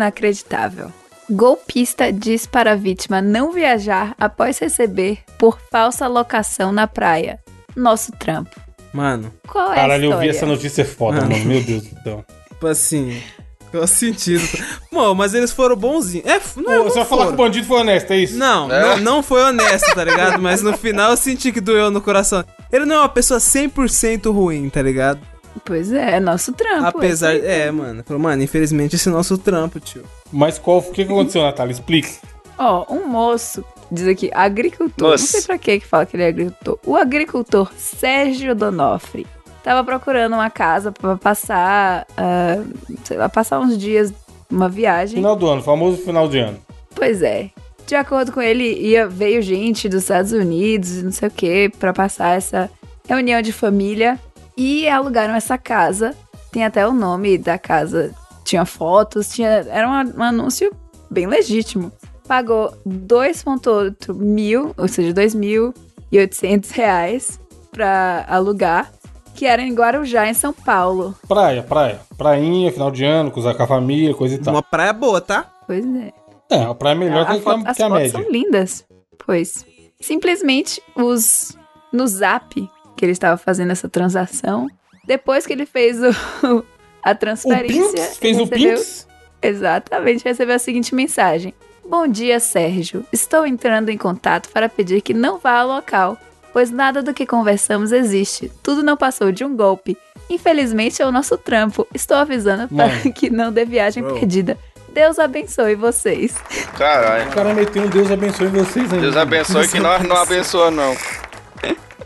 [SPEAKER 3] inacreditável. Golpista diz para a vítima não viajar após receber por falsa locação na praia. Nosso trampo.
[SPEAKER 4] Mano,
[SPEAKER 3] Qual é
[SPEAKER 1] Caralho,
[SPEAKER 3] a
[SPEAKER 1] eu vi
[SPEAKER 3] história?
[SPEAKER 1] essa notícia é foda,
[SPEAKER 4] Ah.
[SPEAKER 1] mano. Meu Deus do céu.
[SPEAKER 4] tipo assim. Qual [laughs] sentido? Mô, mas eles foram bonzinhos. É, f- não,
[SPEAKER 1] Pô,
[SPEAKER 4] não
[SPEAKER 1] você vai falar que o
[SPEAKER 4] foram.
[SPEAKER 1] bandido foi honesto, é isso?
[SPEAKER 4] Não,
[SPEAKER 2] É.
[SPEAKER 4] não, não foi honesto, tá ligado? Mas no final eu senti que doeu no coração. Ele não é uma pessoa 100% ruim, tá ligado?
[SPEAKER 3] Pois é, nosso trampo.
[SPEAKER 4] Apesar.
[SPEAKER 3] esse aí.
[SPEAKER 4] É, mano. Falou, mano, infelizmente esse é o nosso trampo, tio.
[SPEAKER 1] Mas qual, o que que aconteceu, Natália? Explique.
[SPEAKER 3] Ó, um moço, diz aqui, agricultor.
[SPEAKER 2] Moço.
[SPEAKER 3] Não sei pra que que fala que ele é agricultor. O agricultor Sérgio Donofre tava procurando uma casa pra passar, ah, sei lá, passar uns dias, uma viagem.
[SPEAKER 1] Final do ano, famoso final de ano.
[SPEAKER 3] Pois é. De acordo com ele, ia, veio gente dos Estados Unidos e não sei o que pra passar essa reunião de família e alugaram essa casa. Tem até o nome da casa, tinha fotos, tinha, era um, um anúncio bem legítimo. Pagou 2,8 mil, ou seja, 2.800 reais pra alugar, que era em Guarujá, em São Paulo.
[SPEAKER 1] Praia, praia. Prainha, final de ano, com a família, coisa e tal.
[SPEAKER 4] Uma praia boa, tá?
[SPEAKER 3] Pois é.
[SPEAKER 1] É, a praia é melhor
[SPEAKER 3] A
[SPEAKER 1] que,
[SPEAKER 3] foto-
[SPEAKER 1] a,
[SPEAKER 3] as
[SPEAKER 1] que a
[SPEAKER 3] fotos
[SPEAKER 1] média.
[SPEAKER 3] são lindas. Pois. Simplesmente os no zap que ele estava fazendo essa transação. Depois que ele fez o, [laughs] a
[SPEAKER 1] O
[SPEAKER 3] transferência.
[SPEAKER 1] Pinks? Fez
[SPEAKER 3] ele
[SPEAKER 1] o
[SPEAKER 3] recebeu-
[SPEAKER 1] Pinks?
[SPEAKER 3] Exatamente, recebeu a seguinte mensagem: Bom dia, Sérgio. Estou entrando em contato para pedir que não vá ao local, pois nada do que conversamos existe. Tudo não passou de um golpe. Infelizmente é o nosso trampo. Estou avisando para
[SPEAKER 1] Mano.
[SPEAKER 3] [laughs] que não dê viagem
[SPEAKER 4] Bro.
[SPEAKER 3] perdida. Deus abençoe vocês.
[SPEAKER 2] Caralho.
[SPEAKER 1] O cara meteu um Deus abençoe vocês né? ainda.
[SPEAKER 2] Deus abençoe que nós não abençoa, não.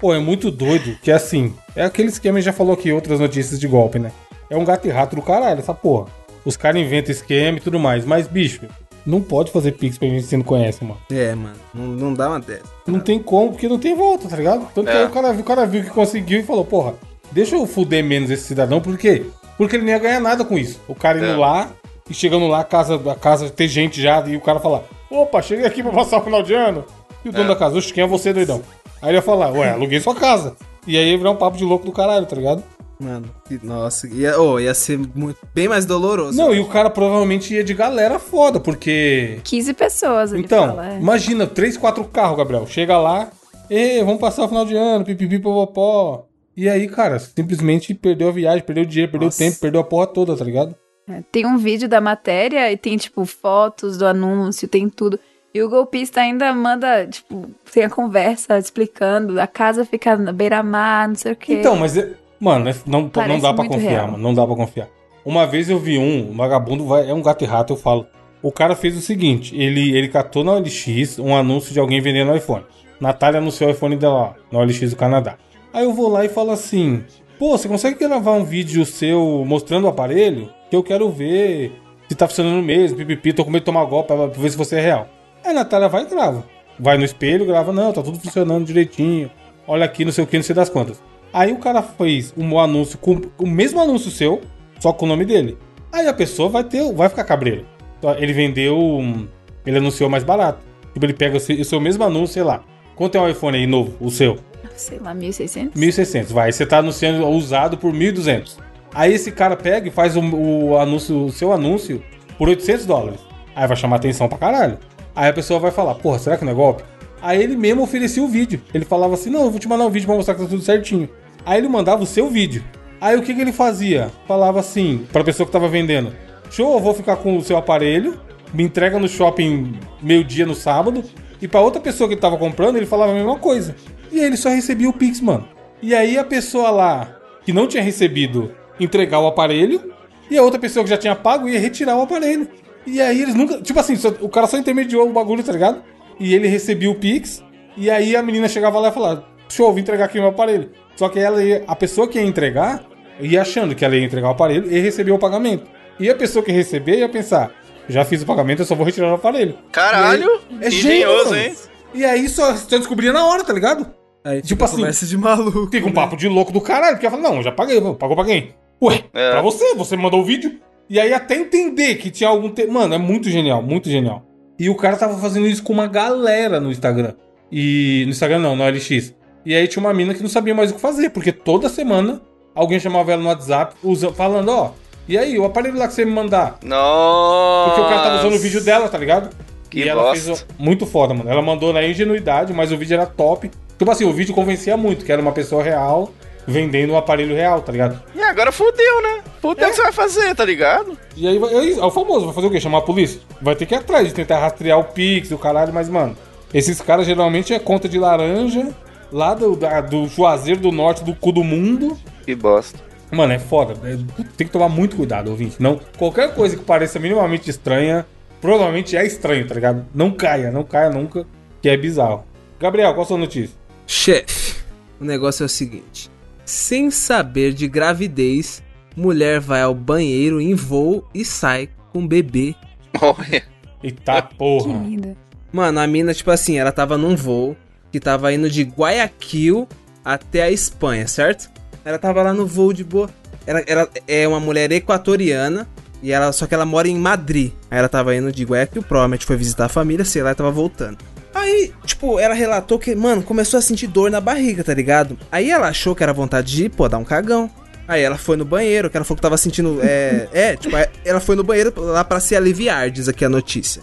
[SPEAKER 1] Pô, é muito doido que assim, é aquele esquema que já falou aqui outras notícias de golpe, né? É um gato e rato do caralho, essa porra. Os caras inventam esquema e tudo mais, mas bicho, não pode fazer pix pra gente que você não conhece, mano.
[SPEAKER 4] É, mano. Não, não dá uma dessa.
[SPEAKER 1] Não tem como, porque não tem volta, tá ligado? Tanto que
[SPEAKER 2] É.
[SPEAKER 1] aí o cara, viu- o cara viu que conseguiu e falou, porra, deixa eu fuder menos esse cidadão, por quê? Porque ele nem ia ganhar nada com isso. O cara indo
[SPEAKER 2] É.
[SPEAKER 1] lá e chegando lá, a casa, a casa ter gente já, e o cara falar, opa, cheguei aqui pra passar o final de ano. E o dono da casa, oxe, quem é você, doidão? Aí ele ia falar, ué, aluguei sua casa. E aí ia virar um papo de louco do caralho, tá ligado?
[SPEAKER 4] Mano, que- nossa, ia, oh, ia ser muito, bem mais doloroso.
[SPEAKER 1] Não, e o cara provavelmente ia de galera foda, porque
[SPEAKER 3] 15 pessoas, ele
[SPEAKER 1] Então,
[SPEAKER 3] fala. é.
[SPEAKER 1] imagina, três, quatro carros, Gabriel. Chega lá, e vamos passar o final de ano, pipipi, popopó. E aí, cara, simplesmente perdeu a viagem, perdeu o dinheiro, perdeu
[SPEAKER 4] Nossa.
[SPEAKER 1] o tempo, perdeu a porra toda, tá ligado?
[SPEAKER 3] É, Tem um vídeo da matéria e tem, tipo, fotos do anúncio, tem tudo. E o golpista ainda manda, tipo, tem a conversa explicando, a casa fica na beira-mar, não sei o quê.
[SPEAKER 1] Então, mas, é- mano, é- não, não
[SPEAKER 3] Parece
[SPEAKER 1] dá pra
[SPEAKER 3] muito
[SPEAKER 1] confiar,
[SPEAKER 3] real.
[SPEAKER 1] mano. Não dá pra confiar. Uma vez eu vi um, um vagabundo, vai, é um gato e rato, eu falo. O cara fez o seguinte: ele, ele catou na OLX um anúncio de alguém vendendo iPhone. Natália anunciou o iPhone dela lá, na OLX do Canadá. Aí eu vou lá e falo assim: pô, você consegue gravar um vídeo seu mostrando o aparelho? Que eu quero ver se tá funcionando mesmo, pipipi, tô com medo de tomar golpe pra pra ver se você é real. Aí a Natália vai e grava. Vai no espelho, grava, não, tá tudo funcionando direitinho. Olha aqui, não sei o que, não sei das quantas. Aí o cara fez um anúncio com o mesmo anúncio seu, só com o nome dele. Aí a pessoa vai ter, vai ficar cabreiro. Então, Ele vendeu, hum, ele anunciou mais barato. Tipo, ele pega o seu, o seu mesmo anúncio, sei lá. Quanto é um iPhone aí novo, o seu?
[SPEAKER 3] Sei lá, 1.600?
[SPEAKER 1] 1.600, vai. Você tá anunciando usado por 1.200. Aí esse cara pega e faz o, o anúncio, o seu anúncio por 800 dólares. Aí vai chamar atenção pra caralho. Aí a pessoa vai falar, porra, será que não é golpe? Aí ele mesmo oferecia o vídeo. Ele falava assim, não, eu vou te mandar um vídeo pra mostrar que tá tudo certinho. Aí ele mandava o seu vídeo. Aí o que, que ele fazia? Falava assim, pra pessoa que tava vendendo, show, eu vou ficar com o seu aparelho, me entrega no shopping meio-dia no sábado. E pra outra pessoa que tava comprando, ele falava a mesma coisa. E aí ele só recebia o Pix, mano. E aí a pessoa lá que não tinha recebido entregar o aparelho e a outra pessoa que já tinha pago ia retirar o aparelho. E aí eles nunca. Tipo assim, só- o cara só intermediou o bagulho, tá ligado? E ele recebia o Pix. E aí a menina chegava lá e falava: Show, vim entregar aqui meu aparelho. Só que ela ia- a pessoa que ia entregar ia achando que ela ia entregar o aparelho e recebeu o pagamento. E a pessoa que receber ia pensar: Já fiz o pagamento, eu só vou retirar o aparelho.
[SPEAKER 2] Caralho,
[SPEAKER 1] É
[SPEAKER 2] engenhoso,
[SPEAKER 1] gênio,
[SPEAKER 2] hein?
[SPEAKER 1] mano. E aí só, só descobria na hora, tá ligado?
[SPEAKER 4] Aí,
[SPEAKER 1] tipo assim,
[SPEAKER 4] Conversa de maluco.
[SPEAKER 1] Fica um
[SPEAKER 4] né?
[SPEAKER 1] papo de louco do caralho, porque ela fala, não, já paguei, pô, pagou pra quem? Ué,
[SPEAKER 2] É.
[SPEAKER 1] pra você, você me mandou o vídeo. E aí até entender que tinha algum... Te... Mano, é muito genial, muito genial. E o cara tava fazendo isso com uma galera no Instagram. E... No Instagram não, no LX. E aí tinha uma mina que não sabia mais o que fazer, porque toda semana alguém chamava ela no WhatsApp usa... falando, ó, e aí, o aparelho lá que você me mandar?
[SPEAKER 2] Nossa.
[SPEAKER 1] Porque o cara tava usando o vídeo dela, tá ligado?
[SPEAKER 2] Que
[SPEAKER 1] e ela
[SPEAKER 2] bosta.
[SPEAKER 1] fez o- muito foda, mano. Ela mandou na ingenuidade, mas o vídeo era top. Tipo assim, o vídeo convencia muito, que era uma pessoa real vendendo um aparelho real, tá ligado?
[SPEAKER 2] E agora fudeu, né? Fudeu o que você vai fazer, tá ligado?
[SPEAKER 1] E aí, vai- é isso, é o famoso, vai fazer o quê? Chamar a polícia? Vai ter que ir atrás de tentar rastrear o Pix, o caralho, mas, mano, esses caras geralmente é conta de laranja, lá do, da- do Juazeiro do Norte, do cu do mundo.
[SPEAKER 2] Que bosta. [laughs]
[SPEAKER 1] Mano, é foda. É- tem que tomar muito cuidado, ouvinte. Não, qualquer coisa que pareça minimamente estranha, provavelmente é estranho, tá ligado? Não caia, não caia nunca, que é bizarro. Gabriel, qual a sua notícia?
[SPEAKER 4] Chefe, o negócio é o seguinte: sem saber de gravidez, mulher vai ao banheiro em voo e sai com bebê.
[SPEAKER 2] Olha.
[SPEAKER 4] É,
[SPEAKER 1] Eita
[SPEAKER 3] Que
[SPEAKER 1] porra.
[SPEAKER 3] lindo.
[SPEAKER 4] Mano, a mina, tipo assim, ela tava num voo que tava indo de Guayaquil até a Espanha, certo? Ela tava lá no voo de boa. Ela, ela é uma mulher equatoriana e ela só que ela mora em Madrid. Aí ela tava indo de Guayaquil, provavelmente foi visitar a família, sei lá, e tava voltando. A Aí, tipo, ela relatou que, mano, começou a sentir dor na barriga, tá ligado? Aí ela achou que era vontade de, pô, dar um cagão. Aí ela foi no banheiro, que ela falou que tava sentindo. É, [laughs] é tipo, é, ela foi no banheiro lá pra se aliviar, diz aqui a notícia.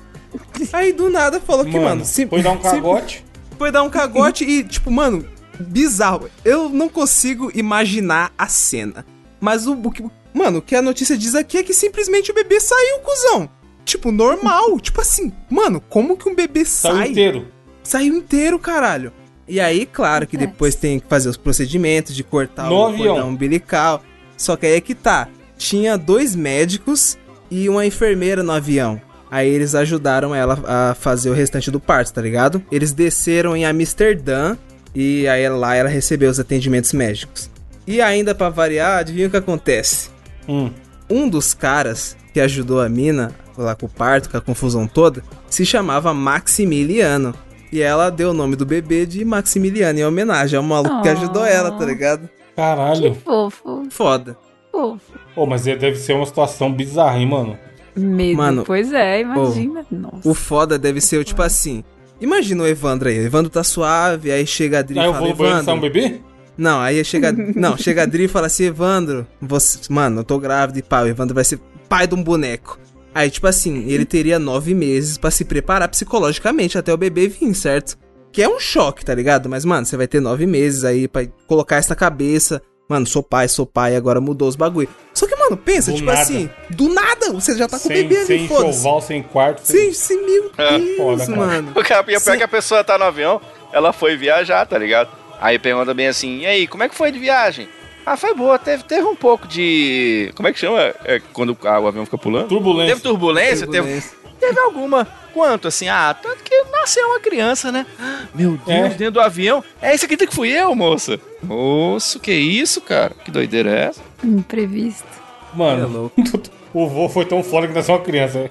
[SPEAKER 4] Aí do nada falou que, mano, se-
[SPEAKER 1] foi dar um
[SPEAKER 4] [laughs] se-
[SPEAKER 1] cagote.
[SPEAKER 4] foi dar um cagote e, tipo, mano, bizarro. Eu não consigo imaginar a cena. Mas o, o que. Mano, o que a notícia diz aqui é que simplesmente o bebê saiu, cuzão. Tipo, normal. tipo assim, mano, como que um bebê
[SPEAKER 1] Saiu
[SPEAKER 4] sai?
[SPEAKER 1] inteiro.
[SPEAKER 4] Saiu inteiro, caralho. E aí, claro que depois tem que fazer os procedimentos de cortar
[SPEAKER 1] No
[SPEAKER 4] o
[SPEAKER 1] avião.
[SPEAKER 4] cordão umbilical. Só que aí é que tá. Tinha dois médicos e uma enfermeira no avião. Aí eles ajudaram ela a fazer o restante do parto, tá ligado? Eles desceram em Amsterdã e aí lá ela recebeu os atendimentos médicos. E ainda pra variar, adivinha o que acontece?
[SPEAKER 1] Hum.
[SPEAKER 4] um dos caras que ajudou a mina lá com o parto, com a confusão toda, se chamava Maximiliano. E ela deu o nome do bebê de Maximiliano em homenagem ao maluco que
[SPEAKER 3] Oh.
[SPEAKER 4] ajudou ela, tá ligado?
[SPEAKER 1] Caralho.
[SPEAKER 3] Fofo,
[SPEAKER 4] Foda.
[SPEAKER 3] fofo.
[SPEAKER 1] Ô, mas é, deve ser uma situação bizarra, hein, mano?
[SPEAKER 3] Medo.
[SPEAKER 4] Mano,
[SPEAKER 3] pois é, imagina. Nossa.
[SPEAKER 4] O foda deve ser o tipo assim. Imagina o Evandro aí. O Evandro tá suave, aí chega a Adri e
[SPEAKER 1] Aí eu
[SPEAKER 4] fala,
[SPEAKER 1] vou no banheiro e sai um
[SPEAKER 4] Evandro.
[SPEAKER 1] bebê?
[SPEAKER 4] Não, aí chega. Não, chega a Adri e fala assim, Evandro, você. Mano, eu tô grávida e pá, o Evandro vai ser pai de um boneco. Aí, tipo assim, ele teria nove meses pra se preparar psicologicamente até o bebê vir, certo? Que é um choque, tá ligado? Mas, mano, você vai ter nove meses aí pra colocar isso na cabeça. Mano, sou pai, sou pai, agora mudou os bagulho. Só que, mano, pensa,
[SPEAKER 1] Do
[SPEAKER 4] tipo
[SPEAKER 1] nada.
[SPEAKER 4] assim, do nada, você já tá com o
[SPEAKER 1] sem
[SPEAKER 4] bebê
[SPEAKER 1] sem
[SPEAKER 4] ali, foda-se.
[SPEAKER 1] enxoval, sem quarto. Sem...
[SPEAKER 4] Sim, sim, meu
[SPEAKER 2] É,
[SPEAKER 4] Deus,
[SPEAKER 1] foda, cara.
[SPEAKER 4] mano.
[SPEAKER 2] O cara, e o pior
[SPEAKER 4] Sim.
[SPEAKER 2] que a pessoa tá no avião, ela foi viajar, tá ligado? Aí pergunta bem assim, e aí, como é que foi de viagem? Ah, foi boa, teve, teve um pouco de... Como é que chama é, quando ah, o avião fica pulando?
[SPEAKER 1] Turbulência.
[SPEAKER 2] Teve turbulência, Teve, teve alguma. Quanto, assim? Ah, tanto que nasceu uma criança, né? Ah, Meu
[SPEAKER 1] É.
[SPEAKER 2] Deus, dentro do avião. É isso aqui que fui eu, moça. Moço, que isso, cara? Que doideira é essa?
[SPEAKER 3] Imprevisto.
[SPEAKER 4] É
[SPEAKER 1] Mano,
[SPEAKER 4] louco,
[SPEAKER 1] [laughs] o vô foi tão foda que nasceu uma criança.
[SPEAKER 4] é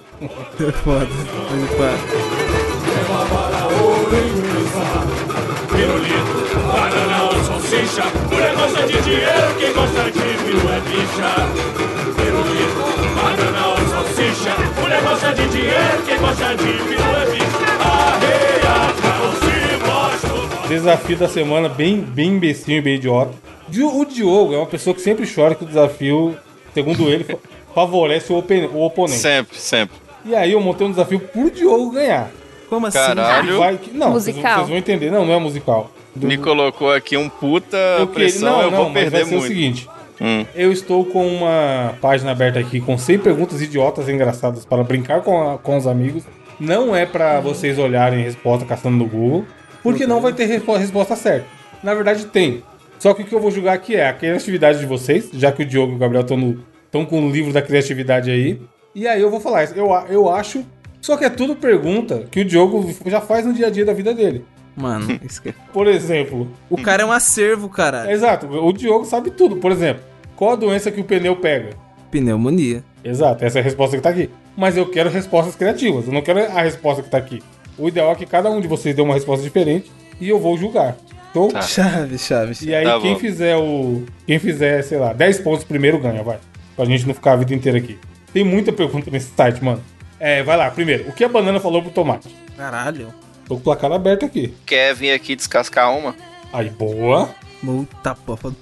[SPEAKER 4] foda. Mas, pá.
[SPEAKER 5] pirulito, banana ou salsicha. Mulher gosta de dinheiro, quem gosta de frio é bicha. Pirulito, banana ou salsicha. Mulher gosta de dinheiro, quem gosta de frio é bicha. Arreia, não se mostra.
[SPEAKER 1] Desafio da semana, bem, bem imbecil e bem idiota. Di- O Diogo é uma pessoa que sempre chora que o desafio, segundo ele, fa- favorece o, open- o oponente.
[SPEAKER 2] Sempre, sempre.
[SPEAKER 1] E aí eu montei um desafio pro Diogo ganhar.
[SPEAKER 4] Como assim?
[SPEAKER 2] Caralho. Viu?
[SPEAKER 1] Vai que- não, vocês vão-
[SPEAKER 3] Musical.
[SPEAKER 1] Vocês, vão entender. Não, não é musical. Do-
[SPEAKER 2] Me colocou aqui um puta
[SPEAKER 1] eu que-
[SPEAKER 2] pressão,
[SPEAKER 1] não,
[SPEAKER 2] eu
[SPEAKER 1] não,
[SPEAKER 2] vou
[SPEAKER 1] mas vai
[SPEAKER 2] perder
[SPEAKER 1] ser o
[SPEAKER 2] muito.
[SPEAKER 1] seguinte.
[SPEAKER 2] Hum.
[SPEAKER 1] Eu estou com uma página aberta aqui com 100 perguntas idiotas e engraçadas para brincar com, a- com os amigos. Não é para vocês olharem resposta caçando no Google, porque não vai ter respo- resposta certa. Na verdade, tem. Só que o que eu vou julgar aqui é a criatividade de vocês, já que o Diogo e o Gabriel estão no- estão com o livro da criatividade aí. E aí eu vou falar isso. Eu, a- eu acho. Só que é tudo pergunta que o Diogo já faz no dia a dia da vida dele.
[SPEAKER 4] Mano, isso que...
[SPEAKER 1] Por exemplo,
[SPEAKER 4] o cara é um acervo, cara.
[SPEAKER 1] exato, o Diogo sabe tudo. Por exemplo, qual a doença que o pneu pega?
[SPEAKER 4] Pneumonia.
[SPEAKER 1] Exato, essa é a resposta que tá aqui. Mas eu quero respostas criativas, eu não quero a resposta que tá aqui. O ideal é que cada um de vocês dê uma resposta diferente e eu vou julgar. Show?
[SPEAKER 2] Tá.
[SPEAKER 4] Chave, chave.
[SPEAKER 1] E aí,
[SPEAKER 2] Tá
[SPEAKER 1] quem
[SPEAKER 2] bom.
[SPEAKER 1] fizer o. Quem fizer, sei lá, 10 pontos primeiro ganha, vai. Pra gente não ficar a vida inteira aqui. Tem muita pergunta nesse site, mano. É, vai lá, primeiro, o que a banana falou pro tomate?
[SPEAKER 4] Caralho.
[SPEAKER 1] Tô com o placar aberto aqui.
[SPEAKER 2] Quer vir aqui descascar uma?
[SPEAKER 1] Aí, boa.
[SPEAKER 4] Puta porra.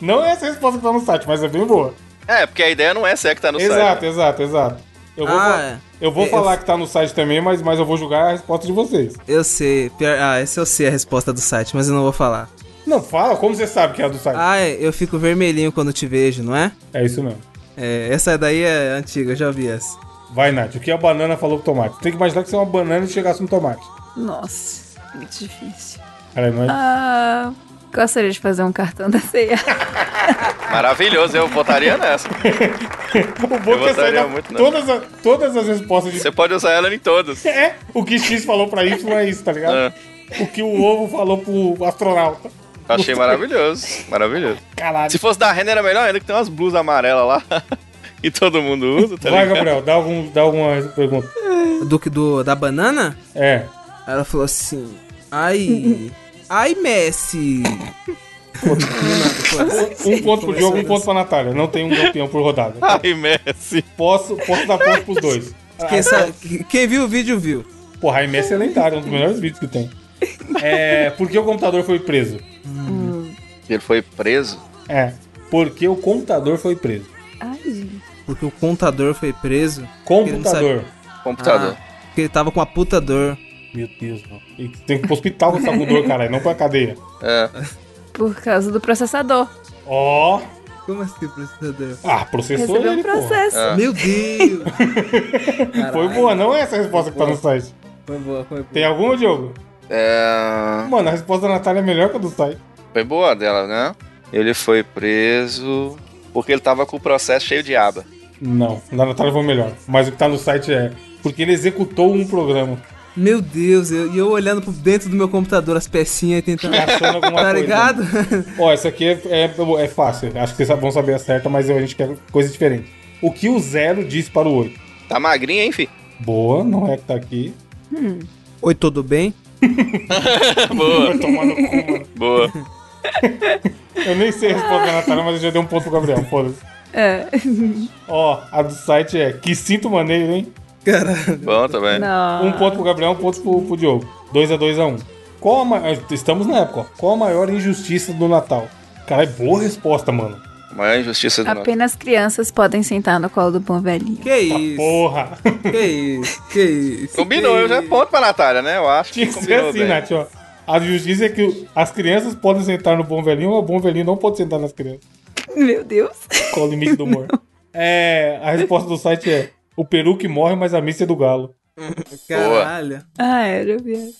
[SPEAKER 1] Não é essa a resposta que tá no site, mas é bem boa.
[SPEAKER 2] É, porque a ideia não é essa que tá no
[SPEAKER 1] exato,
[SPEAKER 2] site.
[SPEAKER 1] exato, exato. Eu vou,
[SPEAKER 4] Ah,
[SPEAKER 1] fa-
[SPEAKER 4] é.
[SPEAKER 1] eu vou
[SPEAKER 4] Eu-
[SPEAKER 1] falar que tá no site também, mas, mas eu vou julgar a resposta de vocês.
[SPEAKER 4] Eu sei. Pior... Ah, esse eu sei a resposta do site, mas eu não vou falar.
[SPEAKER 1] Não, fala, como você sabe que é a do site?
[SPEAKER 4] Ai, eu fico vermelhinho quando te vejo, não é?
[SPEAKER 1] É isso mesmo.
[SPEAKER 4] É, essa daí é antiga, eu já vi essa.
[SPEAKER 1] Vai, Nath, o que a banana falou pro tomate? Tem que imaginar que você é uma banana e chegasse no tomate.
[SPEAKER 3] Nossa, muito difícil.
[SPEAKER 1] Cara, não é?
[SPEAKER 3] Ah, gostaria de fazer um cartão da ceia.
[SPEAKER 2] Maravilhoso, eu votaria nessa.
[SPEAKER 1] [laughs] o bom que é sair
[SPEAKER 2] votaria
[SPEAKER 1] da-
[SPEAKER 2] muito, não.
[SPEAKER 1] todas, as, todas as respostas de...
[SPEAKER 2] Você pode usar ela em todas.
[SPEAKER 1] [laughs] É, o que X falou pra Y é isso, tá ligado?
[SPEAKER 2] Ah,
[SPEAKER 1] O que o ovo falou pro astronauta.
[SPEAKER 2] achei maravilhoso, maravilhoso.
[SPEAKER 1] Caralho.
[SPEAKER 2] Se fosse da Renner era melhor ainda, que tem umas blusas amarelas lá. [laughs] E todo mundo usa, tá
[SPEAKER 1] Vai,
[SPEAKER 2] ligado?
[SPEAKER 1] Gabriel, dá, algum, dá alguma pergunta.
[SPEAKER 4] Do que do da banana?
[SPEAKER 1] É.
[SPEAKER 4] Ela falou assim. Ai. Ai,
[SPEAKER 1] [laughs]
[SPEAKER 4] Messi. Pô, do nada, foda-se.
[SPEAKER 1] Um ponto pro Diogo, um ponto pra Natália. Não tem um campeão por rodada.
[SPEAKER 2] Ai, Messi.
[SPEAKER 1] Posso, posso dar ponto pros dois.
[SPEAKER 4] Quem, sa- quem viu o vídeo viu.
[SPEAKER 1] Pô, Jaime é sedentário, um dos melhores vídeos que tem. É, por que o computador foi preso?
[SPEAKER 2] Ele foi preso.
[SPEAKER 1] É, porque o computador foi preso.
[SPEAKER 3] [laughs] Ai, gente.
[SPEAKER 4] Porque o contador foi preso.
[SPEAKER 1] Computador.
[SPEAKER 2] Computador.
[SPEAKER 4] Ah, porque ele tava com uma puta dor.
[SPEAKER 1] Meu Deus, mano. E Tem que ir pro hospital com essa dor, caralho, não pra cadeia. Ah.
[SPEAKER 2] É.
[SPEAKER 3] Por causa do processador.
[SPEAKER 1] Ó,
[SPEAKER 4] Como assim, processador?
[SPEAKER 1] ah, processou
[SPEAKER 3] Recebeu um
[SPEAKER 1] ele, pô.
[SPEAKER 3] processo.
[SPEAKER 2] Ah.
[SPEAKER 4] Meu Deus!
[SPEAKER 1] [laughs] Foi
[SPEAKER 4] Caralho.
[SPEAKER 1] boa, não é essa a resposta que tá no site.
[SPEAKER 4] Foi boa, foi boa.
[SPEAKER 1] Tem alguma, Diogo?
[SPEAKER 2] É,
[SPEAKER 1] Mano, a resposta da Natália é melhor que a do site.
[SPEAKER 2] Foi boa dela, né? Ele foi preso porque ele tava com o processo cheio de aba.
[SPEAKER 1] Não, da Natália foi melhor. Mas o que tá no site é porque ele executou um programa.
[SPEAKER 4] Meu Deus, eu- e eu, olhando pro dentro do meu computador as pecinhas e tentando.
[SPEAKER 1] Caçando alguma
[SPEAKER 4] [laughs] tá
[SPEAKER 1] coisa.
[SPEAKER 4] ligado?
[SPEAKER 1] Ó, essa aqui é, é, é fácil. Acho que vocês vão saber a certa, mas a gente quer coisa diferente. O que o zero diz para o oito?
[SPEAKER 2] Tá magrinho, hein, fi?
[SPEAKER 1] Boa, não é que tá aqui.
[SPEAKER 4] [laughs] Oi, tudo bem?
[SPEAKER 2] [laughs] boa,
[SPEAKER 1] Vai tomar no cu, mano.
[SPEAKER 2] boa.
[SPEAKER 1] Eu nem sei a resposta da Natália, mas eu já dei um ponto pro Gabriel. Foda-se.
[SPEAKER 3] É.
[SPEAKER 1] [laughs] Ó, a do site é que sinto maneiro, hein?
[SPEAKER 4] Caralho.
[SPEAKER 2] Bom também.
[SPEAKER 3] Não.
[SPEAKER 1] Um ponto pro Gabriel, um ponto pro, pro Diogo. 2x2x1. Qual a maior. Estamos na época, ó. Qual a maior injustiça do Natal? Cara, é boa resposta, mano.
[SPEAKER 2] Maior injustiça do Natal.
[SPEAKER 3] Apenas crianças podem sentar no colo do bom velhinho.
[SPEAKER 4] Que
[SPEAKER 2] [laughs]
[SPEAKER 4] isso?
[SPEAKER 1] Porra!
[SPEAKER 4] Que isso? Que isso?
[SPEAKER 2] Combinou,
[SPEAKER 4] que
[SPEAKER 2] eu já
[SPEAKER 4] isso?
[SPEAKER 2] ponto pra Natália, né? Eu acho
[SPEAKER 1] Tinha
[SPEAKER 2] que
[SPEAKER 1] que ser
[SPEAKER 2] combinou
[SPEAKER 1] assim,
[SPEAKER 2] bem.
[SPEAKER 1] Nath, ó. A justiça é que o- as crianças podem sentar no bom velhinho ou o bom velhinho não pode sentar nas crianças.
[SPEAKER 3] Meu Deus.
[SPEAKER 1] Qual o limite do
[SPEAKER 4] [laughs]
[SPEAKER 1] humor? É, a resposta do site é: o peru que morre, mas a missa é do galo.
[SPEAKER 4] Caralho.
[SPEAKER 3] Ah, era viado.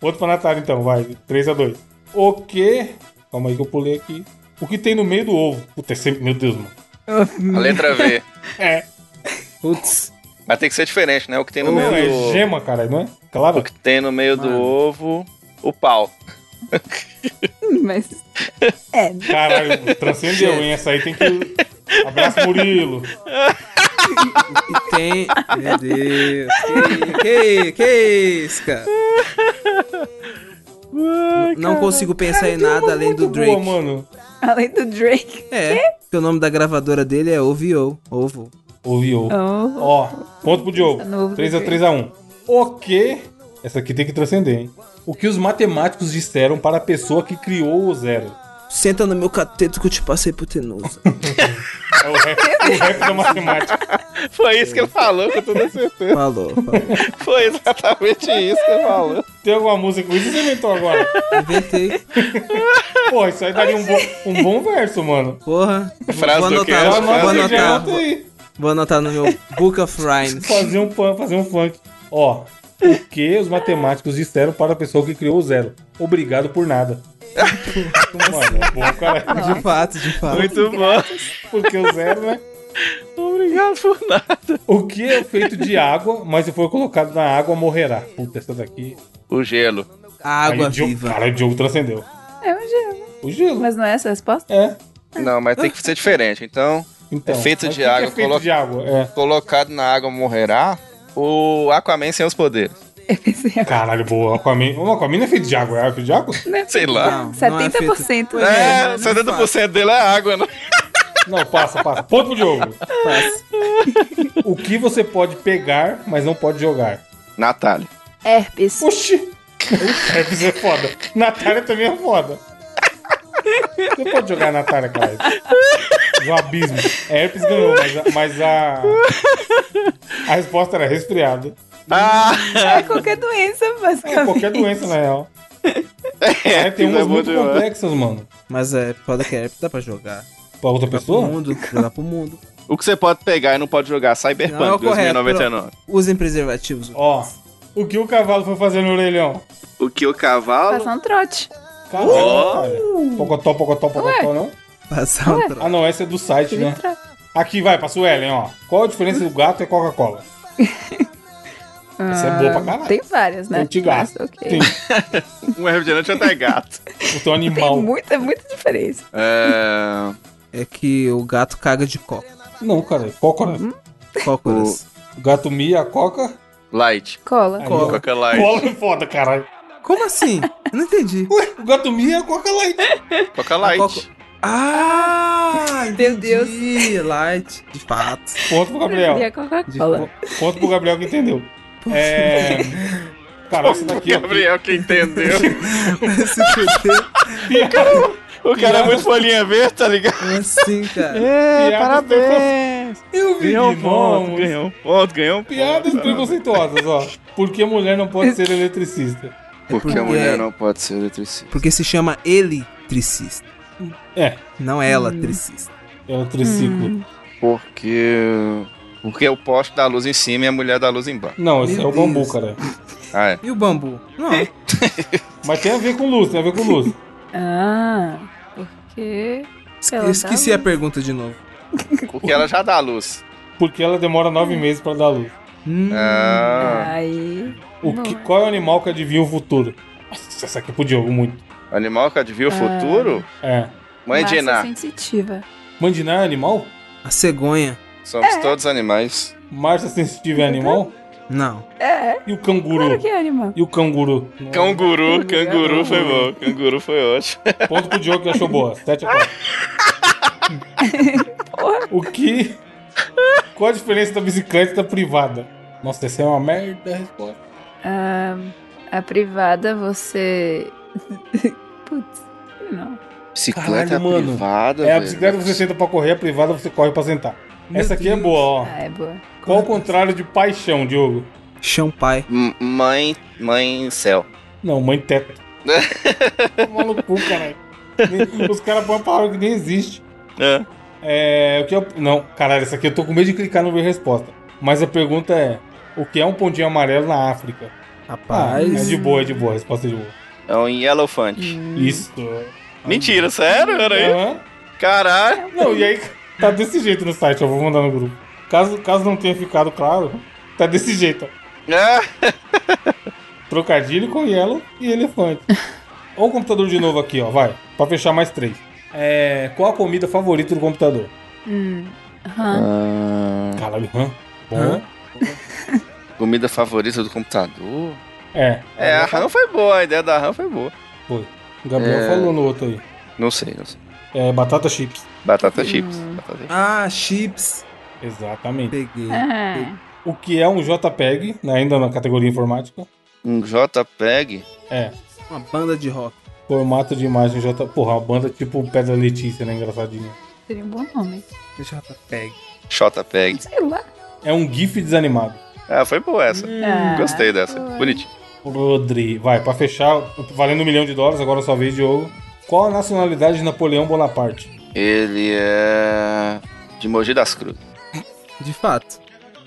[SPEAKER 1] Outro pra Natália, então, vai. 3x2. O que. Calma aí que eu pulei aqui. O que tem no meio do ovo? Puta, é sempre... meu Deus, mano.
[SPEAKER 2] A letra V.
[SPEAKER 1] É.
[SPEAKER 4] Putz.
[SPEAKER 2] Mas tem que ser diferente, né? O que tem no
[SPEAKER 1] Não,
[SPEAKER 2] meio
[SPEAKER 1] é
[SPEAKER 2] do ovo.
[SPEAKER 1] gema, cara, não é? Claro.
[SPEAKER 2] O que tem no meio do
[SPEAKER 4] Mano.
[SPEAKER 2] ovo, o pau.
[SPEAKER 3] Mas.
[SPEAKER 1] [laughs]
[SPEAKER 3] É.
[SPEAKER 1] Caralho, transcendeu, hein? Essa aí tem
[SPEAKER 4] [laughs]
[SPEAKER 1] que. Abraço, Murilo.
[SPEAKER 4] E tem. Meu Deus. Que, que, que isso, cara? Não consigo pensar em nada além do
[SPEAKER 1] Muito
[SPEAKER 4] Drake.
[SPEAKER 1] Boa, mano.
[SPEAKER 3] Além do Drake.
[SPEAKER 4] É, porque o nome da gravadora dele é OVO. OVO.
[SPEAKER 1] Ouvi,
[SPEAKER 4] Ah,
[SPEAKER 1] ouve.
[SPEAKER 3] Oh.
[SPEAKER 1] Ó, ponto pro Diogo.
[SPEAKER 3] Tá novo,
[SPEAKER 1] 3x3x1. O que. Essa aqui tem que transcender, hein? O que os matemáticos disseram para a pessoa que criou o zero?
[SPEAKER 4] Senta no meu cateto que eu te passei por tenusa.
[SPEAKER 1] É o
[SPEAKER 3] [laughs]
[SPEAKER 1] rap, o rap da matemática.
[SPEAKER 2] Foi isso que ele falou, com toda
[SPEAKER 4] [laughs]
[SPEAKER 2] certeza.
[SPEAKER 4] Falou, falou.
[SPEAKER 2] Foi exatamente isso que ele falou.
[SPEAKER 1] Tem alguma música com isso? Você inventou agora?
[SPEAKER 4] Inventei.
[SPEAKER 1] Pô, isso aí daria um bom, um bom verso, mano.
[SPEAKER 4] Porra.
[SPEAKER 2] Frase
[SPEAKER 4] vou
[SPEAKER 2] do
[SPEAKER 4] anotar,
[SPEAKER 2] quê?
[SPEAKER 1] Ela
[SPEAKER 2] Frase
[SPEAKER 4] vou
[SPEAKER 1] manda
[SPEAKER 2] do
[SPEAKER 1] já
[SPEAKER 4] anotar.
[SPEAKER 1] anota aí.
[SPEAKER 4] Vou anotar no meu Book of Rhymes.
[SPEAKER 1] Fazer um, pan- fazer um funk. Ó, o que os matemáticos disseram para a pessoa que criou o zero? Obrigado por nada. Mano, é bom, cara.
[SPEAKER 4] De fato, de fato.
[SPEAKER 2] Muito bom.
[SPEAKER 1] Porque o zero, né?
[SPEAKER 2] Obrigado por nada.
[SPEAKER 1] O que é feito de água, mas se for colocado na água, morrerá. Puta, essa daqui.
[SPEAKER 2] O gelo.
[SPEAKER 1] Aí
[SPEAKER 4] Água
[SPEAKER 1] o
[SPEAKER 2] um
[SPEAKER 1] Diogo-
[SPEAKER 4] viva.
[SPEAKER 1] Cara, o Diogo transcendeu.
[SPEAKER 3] É um gelo.
[SPEAKER 1] O gelo. né?
[SPEAKER 3] Mas não é essa a resposta?
[SPEAKER 1] É,
[SPEAKER 2] Não, mas tem que ser diferente. Então,
[SPEAKER 1] então.
[SPEAKER 2] É feito
[SPEAKER 1] Mas
[SPEAKER 2] de
[SPEAKER 1] o que que
[SPEAKER 2] água,
[SPEAKER 1] É feito
[SPEAKER 2] coloca-
[SPEAKER 1] de água, é.
[SPEAKER 2] colocado na água morrerá. O Aquaman sem os poderes.
[SPEAKER 3] Eu pensei agora.
[SPEAKER 1] Caralho, boa. Aquaman. O Aquaman não é feito de água, é feito de água?
[SPEAKER 2] Sei lá.
[SPEAKER 4] Não, não é feito.
[SPEAKER 3] 70%.
[SPEAKER 4] Pois
[SPEAKER 2] É,
[SPEAKER 4] mas não
[SPEAKER 2] 70% dele é água, né?
[SPEAKER 1] Não, passa, passa. Ponto pro Diogo.
[SPEAKER 4] faço.
[SPEAKER 1] O que você pode pegar, mas não pode jogar?
[SPEAKER 2] Natália.
[SPEAKER 3] Herpes.
[SPEAKER 1] Oxi! Herpes é foda. Natália também é foda. Você pode jogar a Natália, cara. No abismo. Herpes ganhou, mas a. mas a- a resposta era resfriado.
[SPEAKER 2] Ah,
[SPEAKER 3] É qualquer doença,
[SPEAKER 1] É,
[SPEAKER 3] basicamente.
[SPEAKER 1] qualquer doença, na real. É, tem
[SPEAKER 2] isso é
[SPEAKER 1] umas
[SPEAKER 2] bom
[SPEAKER 1] muito
[SPEAKER 2] demais.
[SPEAKER 1] complexas, mano.
[SPEAKER 4] Mas é, foda que é, dá pra jogar.
[SPEAKER 1] Pra outra
[SPEAKER 4] Jogar pro
[SPEAKER 2] Tá
[SPEAKER 1] pessoa?
[SPEAKER 4] mundo, jogar pro mundo.
[SPEAKER 2] O que você pode pegar e não pode jogar? Cyberpunk
[SPEAKER 4] Não, é o correto,
[SPEAKER 2] 2099.
[SPEAKER 4] Usem preservativos.
[SPEAKER 1] Ó, o que o cavalo foi fazer no orelhão?
[SPEAKER 2] O que o cavalo.
[SPEAKER 3] Passar um trote.
[SPEAKER 1] Cavalo, cara. Pocotó, pocotó, pocotó, não?
[SPEAKER 4] Passar um
[SPEAKER 1] Ah,
[SPEAKER 4] troço.
[SPEAKER 1] não, essa é do site,
[SPEAKER 3] Tive
[SPEAKER 1] né?
[SPEAKER 3] trote.
[SPEAKER 1] Aqui, vai, pra Suelen, ó. Qual a diferença do gato e
[SPEAKER 3] [laughs]
[SPEAKER 1] Coca-Cola? Essa é boa pra caralho.
[SPEAKER 3] Tem várias, né?
[SPEAKER 1] Eu te gasto.
[SPEAKER 3] Mas, ok.
[SPEAKER 1] Tem,
[SPEAKER 2] Um refrigerante até gato.
[SPEAKER 1] o teu animal.
[SPEAKER 3] [laughs] Tem muita, muita diferença.
[SPEAKER 2] [laughs] É.
[SPEAKER 4] É que o gato caga de coca.
[SPEAKER 1] Não, cara, cócora.
[SPEAKER 3] Hum?
[SPEAKER 4] Cócoras.
[SPEAKER 1] O gato mia, a coca.
[SPEAKER 2] Light.
[SPEAKER 3] Cola.
[SPEAKER 1] Aí,
[SPEAKER 4] Coca.
[SPEAKER 1] ó.
[SPEAKER 2] Coca Light.
[SPEAKER 1] Cola é foda, caralho.
[SPEAKER 4] Como assim? Eu não entendi.
[SPEAKER 1] Ué, o gato mia, a coca light.
[SPEAKER 2] Coca Light.
[SPEAKER 4] Coca- Ah!
[SPEAKER 3] Meu Deus.
[SPEAKER 4] entendi. Light, de fato.
[SPEAKER 1] Ponto pro
[SPEAKER 3] E [laughs]
[SPEAKER 1] Gabriel.
[SPEAKER 3] a Coca-Cola.
[SPEAKER 1] Ponto pro Gabriel que entendeu. É.
[SPEAKER 3] [laughs]
[SPEAKER 1] Cara, essa
[SPEAKER 2] tá
[SPEAKER 1] daqui. ó.
[SPEAKER 2] [laughs] Gabriel que entendeu.
[SPEAKER 4] SBT.
[SPEAKER 2] o cara é muito folhinha verde, tá ligado?
[SPEAKER 4] É assim, cara.
[SPEAKER 2] É,
[SPEAKER 1] Piadas
[SPEAKER 2] [laughs] parabéns.
[SPEAKER 1] Eu vi
[SPEAKER 2] Ganhou um ponto,
[SPEAKER 1] irmãos.
[SPEAKER 2] ganhou um ponto, ganhou um ponto.
[SPEAKER 1] Piadas preconceituosas, ó. Por que mulher não pode ser eletricista?
[SPEAKER 2] Porque a mulher não pode ser eletricista.
[SPEAKER 4] Porque se chama eletricista.
[SPEAKER 1] É.
[SPEAKER 4] Não ela, tricista.
[SPEAKER 1] É um triciclo.
[SPEAKER 3] Hum,
[SPEAKER 2] Porque. Porque o poste dá luz em cima e a mulher dá luz embaixo.
[SPEAKER 1] Não, esse
[SPEAKER 4] Meu
[SPEAKER 1] é o bambu,
[SPEAKER 4] Deus.
[SPEAKER 1] cara.
[SPEAKER 2] Ah, é.
[SPEAKER 4] E o bambu? Não.
[SPEAKER 1] Mas tem a ver com luz, tem a ver com luz.
[SPEAKER 3] Ah, porque.
[SPEAKER 4] Eu esqueci a pergunta de novo.
[SPEAKER 2] Porque ela já dá luz.
[SPEAKER 1] Porque ela demora
[SPEAKER 3] É.
[SPEAKER 1] nove meses pra dar luz.
[SPEAKER 4] Hum,
[SPEAKER 2] Ah,
[SPEAKER 3] Aí.
[SPEAKER 1] O
[SPEAKER 3] Bom,
[SPEAKER 1] que,
[SPEAKER 3] é.
[SPEAKER 1] qual é o animal que adivinha o futuro? Nossa, essa aqui podia muito.
[SPEAKER 2] animal que adivinha o futuro?
[SPEAKER 1] É.
[SPEAKER 2] Mãe de Iná.
[SPEAKER 3] massa sensitiva.
[SPEAKER 1] Mandinar é animal?
[SPEAKER 4] a cegonha?
[SPEAKER 2] Somos todos animais.
[SPEAKER 1] Marcha sensitiva é animal?
[SPEAKER 4] Não.
[SPEAKER 3] É,
[SPEAKER 1] E o
[SPEAKER 3] claro
[SPEAKER 1] canguru?
[SPEAKER 3] que é animal.
[SPEAKER 1] E o canguru?
[SPEAKER 2] Canguru,
[SPEAKER 1] canguru
[SPEAKER 2] canguru
[SPEAKER 1] foi
[SPEAKER 2] foi bom. Canguru foi ótimo.
[SPEAKER 1] Ponto pro Diogo que achou
[SPEAKER 3] [laughs]
[SPEAKER 1] boa. Sete a quatro. o que... Qual a diferença da bicicleta e da privada? Nossa, essa é uma merda a resposta.
[SPEAKER 3] Ah, [laughs] a privada você. [laughs] Putz, não.
[SPEAKER 2] [laughs] Bicicleta
[SPEAKER 1] Caralho, mano.
[SPEAKER 2] privada.
[SPEAKER 1] É a
[SPEAKER 2] velho.
[SPEAKER 1] bicicleta você senta pra correr, a privada você corre pra sentar. essa aqui é boa, ó.
[SPEAKER 3] Ah, é boa.
[SPEAKER 1] Qual o contrário de paixão, Diogo?
[SPEAKER 4] Champai.
[SPEAKER 2] M- Mãe, mãe céu.
[SPEAKER 1] Não, mãe teto. [laughs] Toma no cu, caralho. Nem- Os caras põem uma palavra que nem existe.
[SPEAKER 2] É.
[SPEAKER 1] É. O que é. Não, caralho, essa aqui eu tô com medo de clicar e não ver resposta. Mas a pergunta é: o que é um pontinho amarelo na África? Ah, é
[SPEAKER 4] Rapaz.
[SPEAKER 1] de boa, é de boa, a resposta é de boa.
[SPEAKER 2] É um elephant.
[SPEAKER 1] Hum. Isso.
[SPEAKER 2] Mentira, sério? Era aí?
[SPEAKER 1] Aham.
[SPEAKER 2] Caralho.
[SPEAKER 1] Não, e aí tá desse jeito no site, eu vou mandar no grupo. Caso, caso não tenha ficado claro, tá desse jeito. ó.
[SPEAKER 2] Ah,
[SPEAKER 1] Trocadilho com Yellow e elefante. Olha o computador de novo aqui, ó. Vai. Pra fechar mais três. É, qual a comida favorita do computador?
[SPEAKER 3] Hum. Aham.
[SPEAKER 1] Caralho, hã? Bom.
[SPEAKER 4] Hã?
[SPEAKER 2] Ah, Comida favorita do computador?
[SPEAKER 1] É.
[SPEAKER 2] É, a RAM foi boa, a ideia da RAM foi boa.
[SPEAKER 1] O Gabriel falou no outro aí.
[SPEAKER 2] Não sei, não sei.
[SPEAKER 1] É batata chips. Hum.
[SPEAKER 2] Batata chips. batata chips.
[SPEAKER 4] Ah, chips.
[SPEAKER 1] Exatamente.
[SPEAKER 4] Peguei.
[SPEAKER 2] É.
[SPEAKER 3] Ah,
[SPEAKER 1] O que é um JPEG, né, ainda na categoria informática?
[SPEAKER 2] Um JPEG?
[SPEAKER 1] É.
[SPEAKER 4] Uma banda de rock.
[SPEAKER 1] Formato de imagem J. Porra, uma banda tipo Pedra Letícia, né? Engraçadinha.
[SPEAKER 3] seria um bom nome.
[SPEAKER 4] Deixa eu peg.
[SPEAKER 2] JPEG.
[SPEAKER 3] Sei lá.
[SPEAKER 1] É um GIF desanimado.
[SPEAKER 2] Ah, foi boa essa.
[SPEAKER 1] Hum.
[SPEAKER 3] Ah,
[SPEAKER 2] Gostei dessa.
[SPEAKER 3] boa.
[SPEAKER 2] Bonitinho.
[SPEAKER 1] Rodri. Vai, pra fechar, valendo um milhão de dólares, agora é sua vez, Diogo. Qual a nacionalidade de Napoleão Bonaparte?
[SPEAKER 2] Ele é. De Mogi das Cruzes.
[SPEAKER 4] De fato.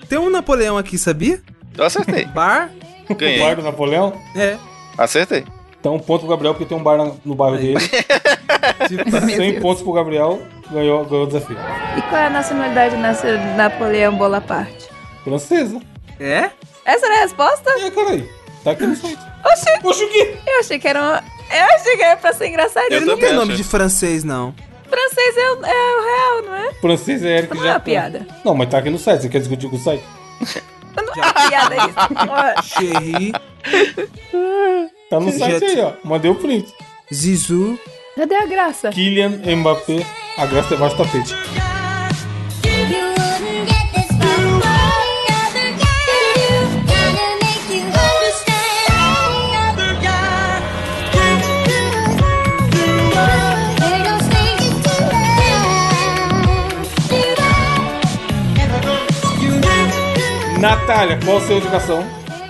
[SPEAKER 4] Tem um Napoleão aqui, sabia?
[SPEAKER 1] [laughs]
[SPEAKER 2] Eu acertei.
[SPEAKER 4] Bar?
[SPEAKER 1] O
[SPEAKER 2] Ganhei.
[SPEAKER 1] bar do Napoleão?
[SPEAKER 4] É.
[SPEAKER 2] Acertei.
[SPEAKER 1] Então, ponto pro Gabriel, porque tem um bar na- no bairro
[SPEAKER 4] Aí.
[SPEAKER 1] dele.
[SPEAKER 4] De fato.
[SPEAKER 1] 100 pontos pro Gabriel, ganhou, ganhou o desafio.
[SPEAKER 3] E qual é a nacionalidade nasce Napoleão Bonaparte?
[SPEAKER 1] Francesa.
[SPEAKER 4] É?
[SPEAKER 3] Essa era a resposta?
[SPEAKER 1] É, caralho. Tá aqui no site.
[SPEAKER 3] Oxi,
[SPEAKER 1] Poxa, o quê?
[SPEAKER 3] eu achei que era uma... Eu achei que era pra ser engraçadinho.
[SPEAKER 2] Eu
[SPEAKER 4] Ele não tem
[SPEAKER 2] também
[SPEAKER 4] nome de
[SPEAKER 2] achei.
[SPEAKER 1] [laughs]
[SPEAKER 4] francês, não.
[SPEAKER 3] Francês é o, é o real, não é?
[SPEAKER 1] Francesa é Eric
[SPEAKER 3] Não é uma
[SPEAKER 1] Jacquin.
[SPEAKER 3] piada.
[SPEAKER 1] Não, mas tá aqui no site. Você quer discutir com o site?
[SPEAKER 3] Não é uma piada
[SPEAKER 4] [laughs]
[SPEAKER 3] isso.
[SPEAKER 4] Cherry,
[SPEAKER 1] Tá no site aí, ó. Mandei o print.
[SPEAKER 4] Zizou.
[SPEAKER 3] Cadê a graça?
[SPEAKER 1] Kylian Mbappé, a graça é baixo do tapete. Natália, qual a sua indicação?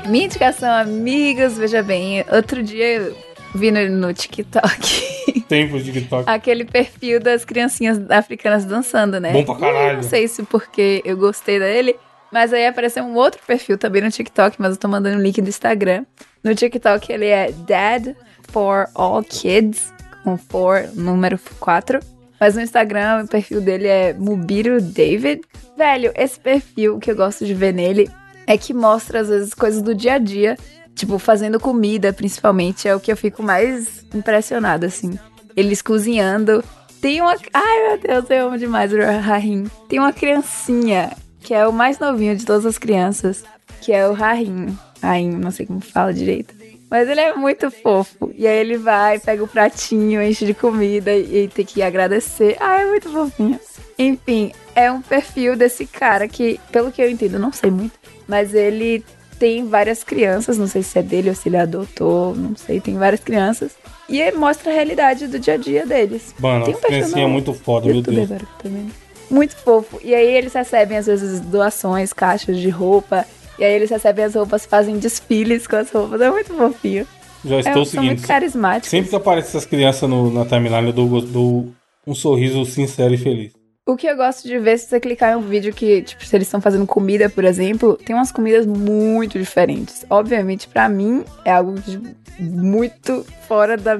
[SPEAKER 3] Minha indicação, amigos, veja bem. Outro dia eu vi no, no TikTok
[SPEAKER 1] Tempo de TikTok.
[SPEAKER 3] aquele perfil das criancinhas africanas dançando, né?
[SPEAKER 1] Bom pra caralho.
[SPEAKER 3] Não sei se porque eu gostei dele, mas aí apareceu um outro perfil também no TikTok, mas eu tô mandando o link do Instagram. No TikTok ele é Dad for All Kids, com for número 4. Mas no Instagram o perfil dele é Mubiro David. Velho, esse perfil que eu gosto de ver nele é que mostra às vezes coisas do dia a dia, tipo fazendo comida principalmente, é o que eu fico mais impressionada assim. Eles cozinhando. Tem uma. Ai meu Deus, eu amo demais o Rahim. Tem uma criancinha, que é o mais novinho de todas as crianças, que é o Rahim. Rahim, não sei como fala direito. Mas ele é muito fofo. E aí ele vai, pega o pratinho, enche de comida e e tem que agradecer. Ai, é muito fofinho. Enfim, é um perfil desse cara que, pelo que eu entendo, eu não sei muito, mas ele tem várias crianças, não sei se é dele ou se ele adotou, não sei, tem várias crianças. E aí mostra a realidade do dia a dia deles.
[SPEAKER 1] Mano,
[SPEAKER 3] tem um
[SPEAKER 1] as criancinhas é muito foda, meu
[SPEAKER 3] YouTube
[SPEAKER 1] Deus.
[SPEAKER 3] agora que eu tô vendo. Muito fofo. E aí eles recebem, às vezes, doações, caixas de roupa. E aí eles recebem as roupas, fazem desfiles com as roupas. É muito fofinho.
[SPEAKER 1] Já
[SPEAKER 3] É,
[SPEAKER 1] estou
[SPEAKER 3] são muito
[SPEAKER 1] seguindo.
[SPEAKER 3] carismáticos.
[SPEAKER 1] Sempre que aparece essas crianças no- na timeline, eu dou, dou um sorriso sincero e feliz.
[SPEAKER 3] O que eu gosto de ver, se você clicar em um vídeo que, tipo, se eles estão fazendo comida, por exemplo, tem umas comidas muito diferentes. Obviamente, pra mim, é algo de- muito fora da,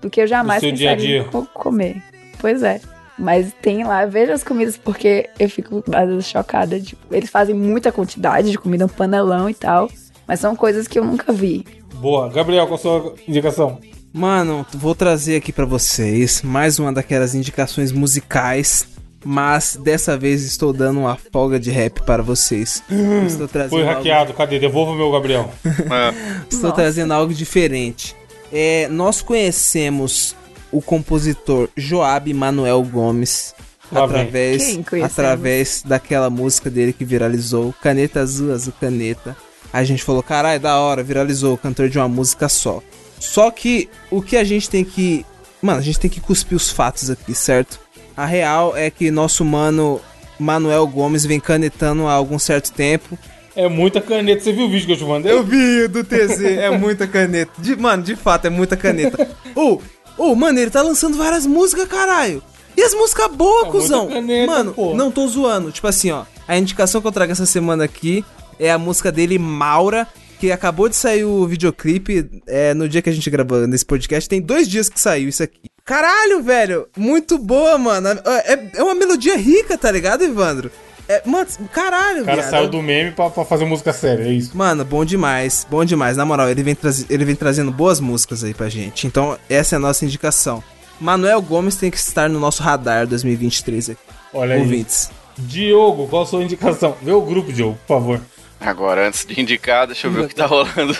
[SPEAKER 3] do que eu jamais
[SPEAKER 1] seu dia a
[SPEAKER 3] pensaria em
[SPEAKER 1] dia.
[SPEAKER 3] co- comer. Pois é. Mas tem lá, veja as comidas, porque eu fico, às vezes, chocada. Tipo, eles fazem muita quantidade de comida, um panelão e tal. Mas são coisas que eu nunca vi.
[SPEAKER 1] Boa. Gabriel, qual a sua indicação?
[SPEAKER 4] Mano, vou trazer aqui pra vocês mais uma daquelas indicações musicais, mas dessa vez estou dando uma folga de rap para vocês. Estou trazendo
[SPEAKER 1] Hum, Foi
[SPEAKER 4] um algo-
[SPEAKER 1] hackeado. Cadê? Devolva o meu, Gabriel.
[SPEAKER 2] Ah,
[SPEAKER 4] Estou
[SPEAKER 3] Nossa.
[SPEAKER 4] tá trazendo algo diferente. É, nós conhecemos o compositor Joab Manuel Gomes
[SPEAKER 1] Lá vem.
[SPEAKER 4] através,
[SPEAKER 3] Quem conhecemos?
[SPEAKER 4] através daquela música dele que viralizou, Caneta Azul, Azul Caneta. A gente falou, caralho, da hora, viralizou, cantor de uma música só. Só que o que a gente tem que. Mano, a gente tem que cuspir os fatos aqui, certo? A real é que nosso mano Manuel Gomes vem canetando há algum certo tempo.
[SPEAKER 1] É muita caneta. Você viu o vídeo que eu te mandei?
[SPEAKER 4] [laughs] Eu vi o do TZ, é muita caneta. De- mano, de fato, é muita caneta. Ô, ô, mano, ele tá lançando várias músicas, caralho. E as músicas boas,
[SPEAKER 1] É
[SPEAKER 4] cuzão.
[SPEAKER 1] muita caneta,
[SPEAKER 4] mano,
[SPEAKER 1] pô.
[SPEAKER 4] não tô zoando. Tipo assim, ó. A indicação que eu trago essa semana aqui é a música dele, Maura, que acabou de sair o videoclipe é, no dia que a gente gravou nesse podcast. Tem dois dias que saiu isso aqui. Caralho, velho. Muito boa, mano. É, é- é uma melodia rica, tá ligado, Evandro? É, mano, caralho,
[SPEAKER 1] O cara
[SPEAKER 4] viado.
[SPEAKER 1] saiu do meme pra, pra fazer música séria. É isso.
[SPEAKER 4] Mano, bom demais, bom demais. Na moral, ele vem, trazi- ele vem trazendo boas músicas aí pra gente. Então, essa é a nossa indicação. Manuel Gomes tem que estar no nosso radar 2023 aqui.
[SPEAKER 1] Olha aí.
[SPEAKER 4] Ouvintes.
[SPEAKER 1] Diogo, qual a sua indicação? Vê o grupo, Diogo, por favor.
[SPEAKER 2] agora, antes de indicar, deixa eu ver o que tá rolando.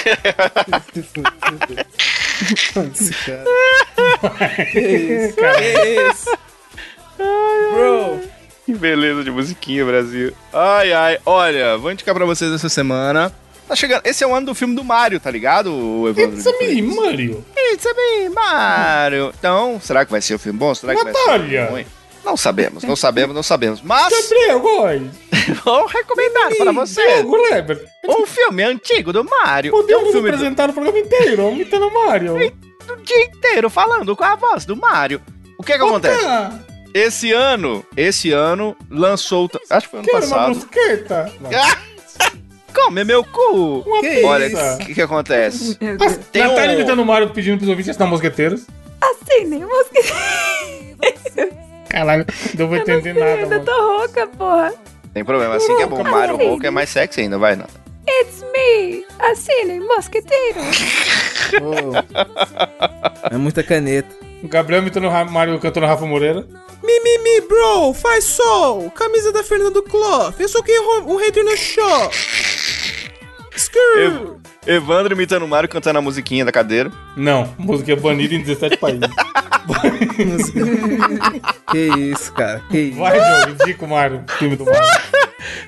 [SPEAKER 2] [laughs]
[SPEAKER 1] [laughs]
[SPEAKER 2] Que beleza de musiquinha, Brasil. Ai, ai. Olha, vou indicar pra vocês essa semana. Tá chegando. Esse é o ano do filme do Mario, tá ligado, o Evandro?
[SPEAKER 1] It's a me, Mario.
[SPEAKER 2] It's a me, Mario. Então, será que vai ser um filme bom? Será que vai ser um filme
[SPEAKER 1] Natália.
[SPEAKER 2] ruim? Não sabemos, não sabemos, não sabemos. Mas
[SPEAKER 1] Gabriel,
[SPEAKER 2] É.
[SPEAKER 1] Góes.
[SPEAKER 2] vou recomendar para você
[SPEAKER 1] Diogo Leber.
[SPEAKER 2] um filme antigo do Mario. É um
[SPEAKER 1] Podemos
[SPEAKER 2] filme do-
[SPEAKER 1] apresentar o programa inteiro, imitando o Mario.
[SPEAKER 2] o dia inteiro falando com a voz do Mario. O que que acontece?
[SPEAKER 1] Ah,
[SPEAKER 2] Esse ano, esse ano, lançou... o- Acho que foi ano
[SPEAKER 1] quero uma
[SPEAKER 2] passado.
[SPEAKER 1] brusqueta.
[SPEAKER 2] Come meu cu!
[SPEAKER 1] Uma
[SPEAKER 4] Que
[SPEAKER 2] Olha,
[SPEAKER 1] pizza.
[SPEAKER 2] o que, que acontece?
[SPEAKER 3] Meu
[SPEAKER 1] Mas,
[SPEAKER 3] Deus.
[SPEAKER 2] Tem
[SPEAKER 1] Natália
[SPEAKER 2] um-
[SPEAKER 1] imitando o Mario pedindo pros ouvintes assinar Mosqueteiros.
[SPEAKER 3] Sem nem mosquito.
[SPEAKER 1] Caralho, não vou
[SPEAKER 3] [laughs] Eu não
[SPEAKER 1] entender
[SPEAKER 3] sei,
[SPEAKER 1] nada,
[SPEAKER 3] ainda
[SPEAKER 1] mano.
[SPEAKER 3] tô rouca, porra.
[SPEAKER 2] Tem problema, assim que é bom.
[SPEAKER 3] Caraca,
[SPEAKER 2] Mario
[SPEAKER 3] velho.
[SPEAKER 2] Hulk é mais sexy ainda, vai, Nata.
[SPEAKER 3] It's me! Assinem, mosqueteiro!
[SPEAKER 4] É muita caneta.
[SPEAKER 1] O Gabriel imitando o Ra- Mario cantando Rafa Moreira.
[SPEAKER 4] Mimimi, mi, mi, bro, faz sol. Camisa da Fernando Clough. Eu sou quem ro- um hater no show.
[SPEAKER 2] [laughs]
[SPEAKER 4] Skrrr.
[SPEAKER 2] Ev- Evandro imitando o Mario cantando a musiquinha da cadeira.
[SPEAKER 1] Não, música é banida em 17 países.
[SPEAKER 4] Que isso, cara. Que isso.
[SPEAKER 1] Vai, Diogo, indica o Mario, filme do Mario.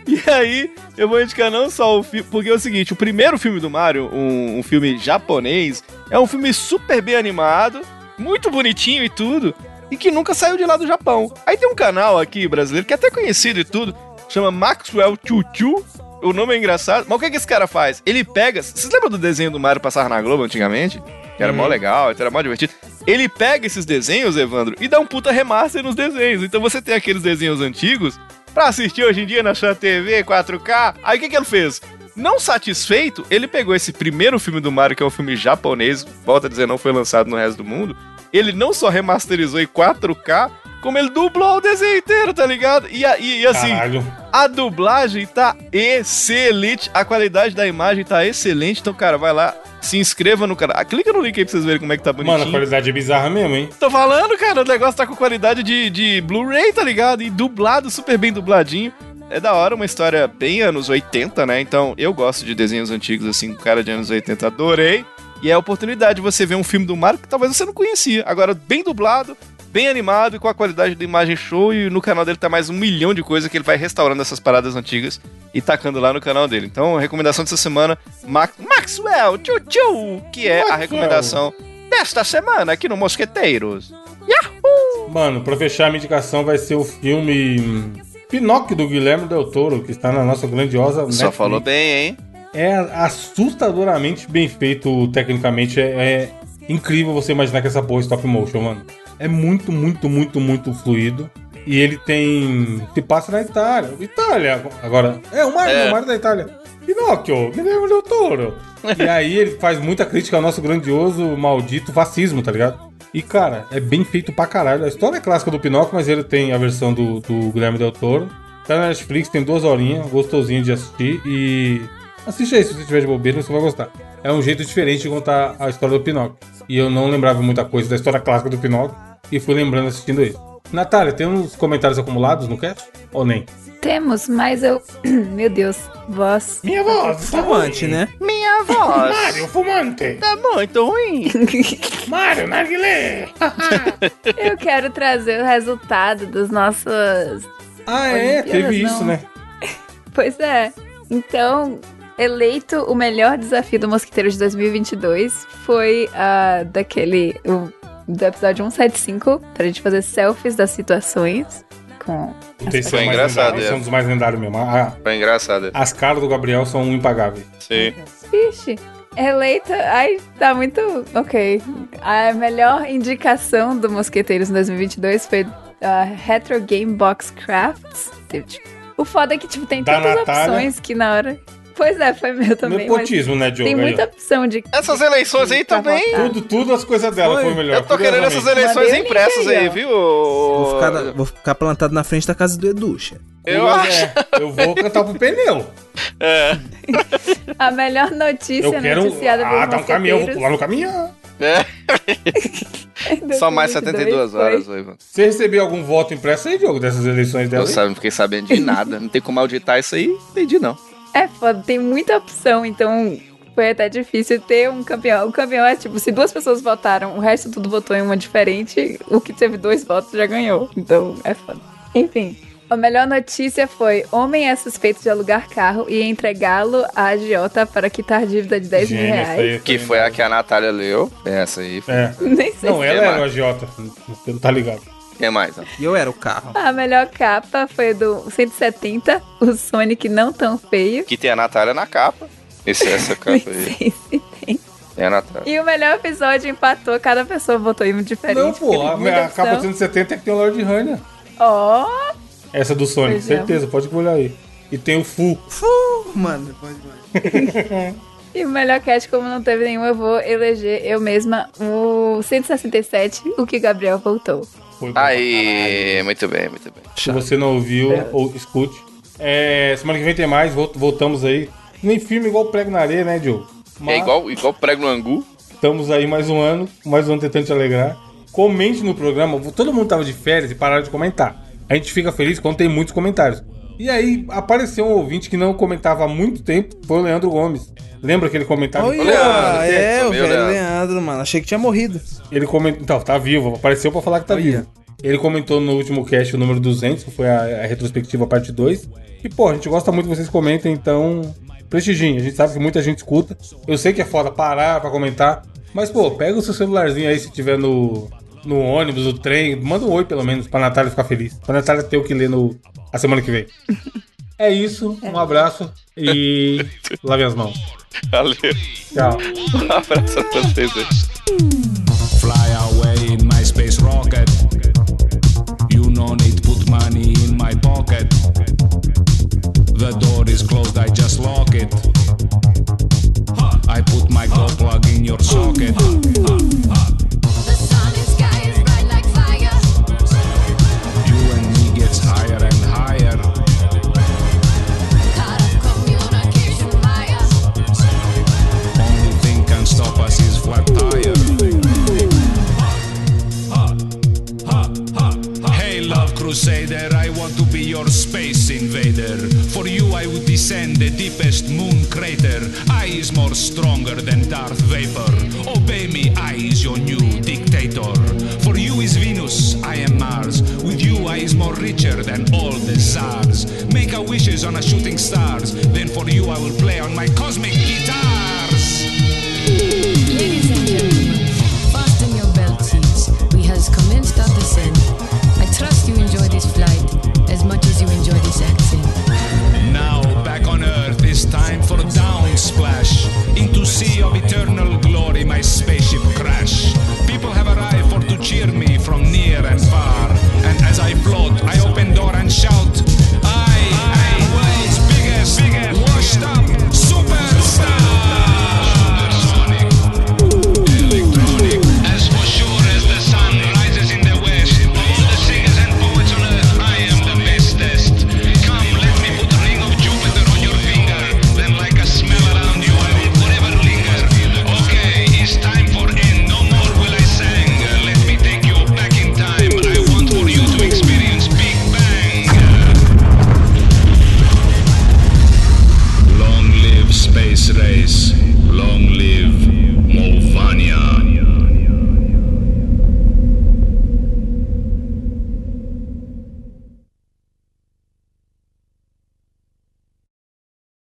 [SPEAKER 2] E aí, eu vou indicar não só o filme, porque é o seguinte, o primeiro filme do Mario, um, um filme japonês, é um filme super bem animado, muito bonitinho e tudo, e que nunca saiu de lá do Japão. Aí tem um canal aqui brasileiro, que é até conhecido e tudo, chama Maxwell Chuchu. O nome é engraçado, mas o que, que esse cara faz? Ele pega. Vocês lembram do desenho do Mario passar na Globo antigamente? Que era mó legal, era mó divertido. Ele pega esses desenhos, Evandro, e dá um puta remaster nos desenhos. Então você tem aqueles desenhos antigos pra assistir hoje em dia na sua TV 4K. Aí o que, que ele fez? Não satisfeito, ele pegou esse primeiro filme do Mario, que é um filme japonês, volta a dizer, não foi lançado no resto do mundo. Ele não só remasterizou em 4K, como ele dublou o desenho inteiro, tá ligado? E, a- e- e assim,
[SPEAKER 1] Caralho.
[SPEAKER 2] a dublagem tá excelente, a qualidade da imagem tá excelente, então, cara, vai lá, se inscreva no canal. Ah, clica no link aí pra vocês verem como é que tá bonitinho.
[SPEAKER 1] Mano, a qualidade é bizarra mesmo, hein?
[SPEAKER 2] Tô falando, cara, o negócio tá com qualidade de, de Blu-ray, tá ligado? E dublado, super bem dubladinho. É da hora, uma história bem anos 80, né? Então, eu gosto de desenhos antigos, assim, com cara de anos 80, adorei. E é a oportunidade de você ver um filme do Mario que talvez você não conhecia. Agora, bem dublado, bem animado e com a qualidade da imagem show. E no canal dele tá mais um milhão de coisas que ele vai restaurando essas paradas antigas e tacando lá no canal dele. Então, a recomendação dessa semana, Max, Maxwell Tchau Tchau, que é a
[SPEAKER 1] Maxwell.
[SPEAKER 2] recomendação desta semana aqui no Mosqueteiros.
[SPEAKER 1] Mano, pra fechar a minha indicação vai ser o filme hum, Pinóquio do Guilherme Del Toro, que está na nossa grandiosa.
[SPEAKER 2] Só
[SPEAKER 1] Netflix.
[SPEAKER 2] falou bem, hein?
[SPEAKER 1] É assustadoramente bem feito tecnicamente. É, é incrível você imaginar que essa porra é stop motion, mano. É muito, muito, muito, muito fluido. E ele tem. Se passa na Itália. Itália, agora. É, o mar,
[SPEAKER 2] É.
[SPEAKER 1] o mar da Itália. Pinóquio, Guilherme Del Toro. E aí ele faz muita crítica ao nosso grandioso, maldito fascismo, tá ligado? E, cara, é bem feito pra caralho. A história é clássica do Pinóquio, mas ele tem a versão do, do Guilherme Del Toro. Tá na Netflix, tem duas horinhas, gostosinho de assistir. E assiste aí se você tiver de bobeira, você vai gostar. É um jeito diferente de contar a história do Pinóquio. E eu não lembrava muita coisa da história clássica do Pinóquio e fui lembrando assistindo isso. Natália, tem uns comentários acumulados no cast? Ou nem?
[SPEAKER 3] Temos, mas eu. [clears throat] Meu Deus, voz.
[SPEAKER 1] Minha voz! tá
[SPEAKER 4] Fumante, né?
[SPEAKER 2] Minha voz
[SPEAKER 1] fumante!
[SPEAKER 2] tá muito ruim.
[SPEAKER 1] Mário, narguilé!
[SPEAKER 3] eu quero trazer o resultado das nossas.
[SPEAKER 1] Ah, é,
[SPEAKER 3] Olimpíadas,
[SPEAKER 1] teve isso,
[SPEAKER 3] não.
[SPEAKER 1] né?
[SPEAKER 3] Pois é. Então, eleito o melhor desafio do Mosquiteiro de 2022 foi a daquele. o- do episódio 175, pra gente fazer selfies das situações. Com.
[SPEAKER 1] Esse
[SPEAKER 2] Foi
[SPEAKER 1] é o mais
[SPEAKER 2] engraçado,
[SPEAKER 1] lendário,
[SPEAKER 2] é.
[SPEAKER 1] esse é um dos mais lendários mesmo. Ah,
[SPEAKER 2] Foi engraçado.
[SPEAKER 1] as caras do Gabriel são impagáveis.
[SPEAKER 2] Sim.
[SPEAKER 3] Vixe, eleita. Ai, tá muito. Ok. A melhor indicação do Mosqueteiros em 2022 foi a Retro Game Box Crafts. Teve, tipo, O foda é que, tipo, tem
[SPEAKER 1] Da
[SPEAKER 3] tantas
[SPEAKER 1] Natália.
[SPEAKER 3] opções que na hora. Pois é, foi meu também. mas
[SPEAKER 1] Nepotismo, né, Diogo?
[SPEAKER 3] tem
[SPEAKER 1] Aí,
[SPEAKER 3] muita
[SPEAKER 1] ó.
[SPEAKER 3] opção de.
[SPEAKER 2] Essas eleições aí
[SPEAKER 3] Pra
[SPEAKER 2] também.
[SPEAKER 3] votar.
[SPEAKER 1] Tudo, tudo as coisas dela
[SPEAKER 4] Foi.
[SPEAKER 1] foi, melhor. é
[SPEAKER 2] Eu tô querendo essas
[SPEAKER 1] curiosamente.
[SPEAKER 2] eleições
[SPEAKER 3] Mandei o link
[SPEAKER 2] impressas
[SPEAKER 3] aí,
[SPEAKER 2] aí,
[SPEAKER 3] ó.
[SPEAKER 2] viu?
[SPEAKER 4] Vou ficar, na- vou ficar plantado na frente da casa do Edu, chefe.
[SPEAKER 2] Eu
[SPEAKER 1] Mas
[SPEAKER 2] acho.
[SPEAKER 1] é, eu vou cantar pro pneu.
[SPEAKER 2] É.
[SPEAKER 3] A melhor notícia
[SPEAKER 1] Eu quero.
[SPEAKER 3] noticiada
[SPEAKER 1] Ah,
[SPEAKER 3] pelos
[SPEAKER 1] dá um caminhão, vou
[SPEAKER 3] Mosqueteiros
[SPEAKER 1] pular no caminhão.
[SPEAKER 2] É.
[SPEAKER 3] em
[SPEAKER 2] Só mais
[SPEAKER 3] 2022
[SPEAKER 2] 72 horas, ô, Ivan.
[SPEAKER 1] Você recebeu algum voto impresso aí, Diogo, dessas eleições dela?
[SPEAKER 2] Eu sabe, não fiquei sabendo de nada. Não tem como auditar isso aí. Entendi, não.
[SPEAKER 3] foi- É foda, tem muita opção, então. Foi até difícil ter um campeão. O campeão é tipo, se duas pessoas votaram, o resto tudo votou em uma diferente, o que teve dois votos já ganhou. Então é foda. Enfim, a melhor notícia foi: homem é suspeito de alugar carro e entregá-lo à agiota para quitar dívida de 10 mil
[SPEAKER 1] Gênio, essa
[SPEAKER 3] reais.
[SPEAKER 1] aí
[SPEAKER 2] Que
[SPEAKER 1] também
[SPEAKER 2] foi
[SPEAKER 1] não.
[SPEAKER 2] a que a Natália leu. Essa aí.
[SPEAKER 1] É.
[SPEAKER 3] [laughs] Nem sei
[SPEAKER 1] Não, ela
[SPEAKER 3] se
[SPEAKER 2] é
[SPEAKER 1] era
[SPEAKER 2] mais.
[SPEAKER 1] o agiota. Você não tá ligado.
[SPEAKER 2] Quem mais? ó?
[SPEAKER 4] E eu era o
[SPEAKER 1] é.
[SPEAKER 4] carro.
[SPEAKER 3] A melhor capa foi do 170, o Sonic não tão feio. [laughs]
[SPEAKER 2] Que tem a Natália na capa. Esse, essa capa aí.
[SPEAKER 3] Sim, sim.
[SPEAKER 2] É a Natália.
[SPEAKER 3] E o melhor episódio empatou, cada pessoa votou em um diferente.
[SPEAKER 1] Não,
[SPEAKER 3] porque
[SPEAKER 1] pô,
[SPEAKER 3] tem
[SPEAKER 1] a,
[SPEAKER 3] muita
[SPEAKER 1] a capa
[SPEAKER 3] opção.
[SPEAKER 1] 170 é que tem o Lord Runner.
[SPEAKER 3] Ó,
[SPEAKER 1] Essa do Sonic,
[SPEAKER 3] Pois é.
[SPEAKER 1] certeza, pode olhar aí. E tem o Fu.
[SPEAKER 4] Fu, mano. depois vai.
[SPEAKER 3] e o melhor cast, como não teve nenhum, eu vou eleger eu mesma o 167, o que Gabriel voltou.
[SPEAKER 1] Foi bom.
[SPEAKER 2] Aí, muito bem, muito bem.
[SPEAKER 1] Se você não ouviu, ou escute. É, semana que vem tem mais, vol- voltamos aí. Nem filme igual prego na areia, né, Diogo?
[SPEAKER 2] É igual, igual prego no angu.
[SPEAKER 1] Estamos aí mais um ano, mais um ano tentando te alegrar. Comente no programa. Todo mundo tava de férias e pararam de comentar. A gente fica feliz quando tem muitos comentários. E aí apareceu um ouvinte que não comentava há muito tempo, foi o Leandro Gomes. Lembra aquele comentário?
[SPEAKER 4] Olha,
[SPEAKER 2] Leandro,
[SPEAKER 4] é,
[SPEAKER 2] que
[SPEAKER 4] o
[SPEAKER 2] sumiu,
[SPEAKER 4] velho Leandro.
[SPEAKER 2] Leandro.
[SPEAKER 4] mano. Achei que tinha morrido.
[SPEAKER 1] Ele comentou. Então, tá vivo, apareceu pra falar que tá
[SPEAKER 4] Olha.
[SPEAKER 1] vivo. Ele comentou no último cast o número 200, que foi a, a retrospectiva parte 2. E, pô, a gente gosta muito que vocês comentem, então. Prestigiem, a gente sabe que muita gente escuta. Eu sei que é foda parar pra comentar, mas, pô, pega o seu celularzinho aí se tiver no, no ônibus, no trem, manda um oi pelo menos pra Natália ficar feliz. Pra Natália ter o que ler no, a semana que vem. É isso, um abraço e. lave as mãos.
[SPEAKER 2] Valeu. [laughs]
[SPEAKER 1] Tchau.
[SPEAKER 2] Um abraço a vocês aí.
[SPEAKER 6] Fly away in my space rocket. You no need put money in my pocket. The door is closed, I just lock it. I put my go plug in your socket.
[SPEAKER 7] The sun in sky is bright like fire.
[SPEAKER 6] You and me gets higher and higher.
[SPEAKER 7] Cut off communication wire.
[SPEAKER 6] Only thing can stop us is flat tire. Hey, love crusader, I want to be your space invader. For you, I would descend the deepest moon crater. I is more stronger than Darth Vapor.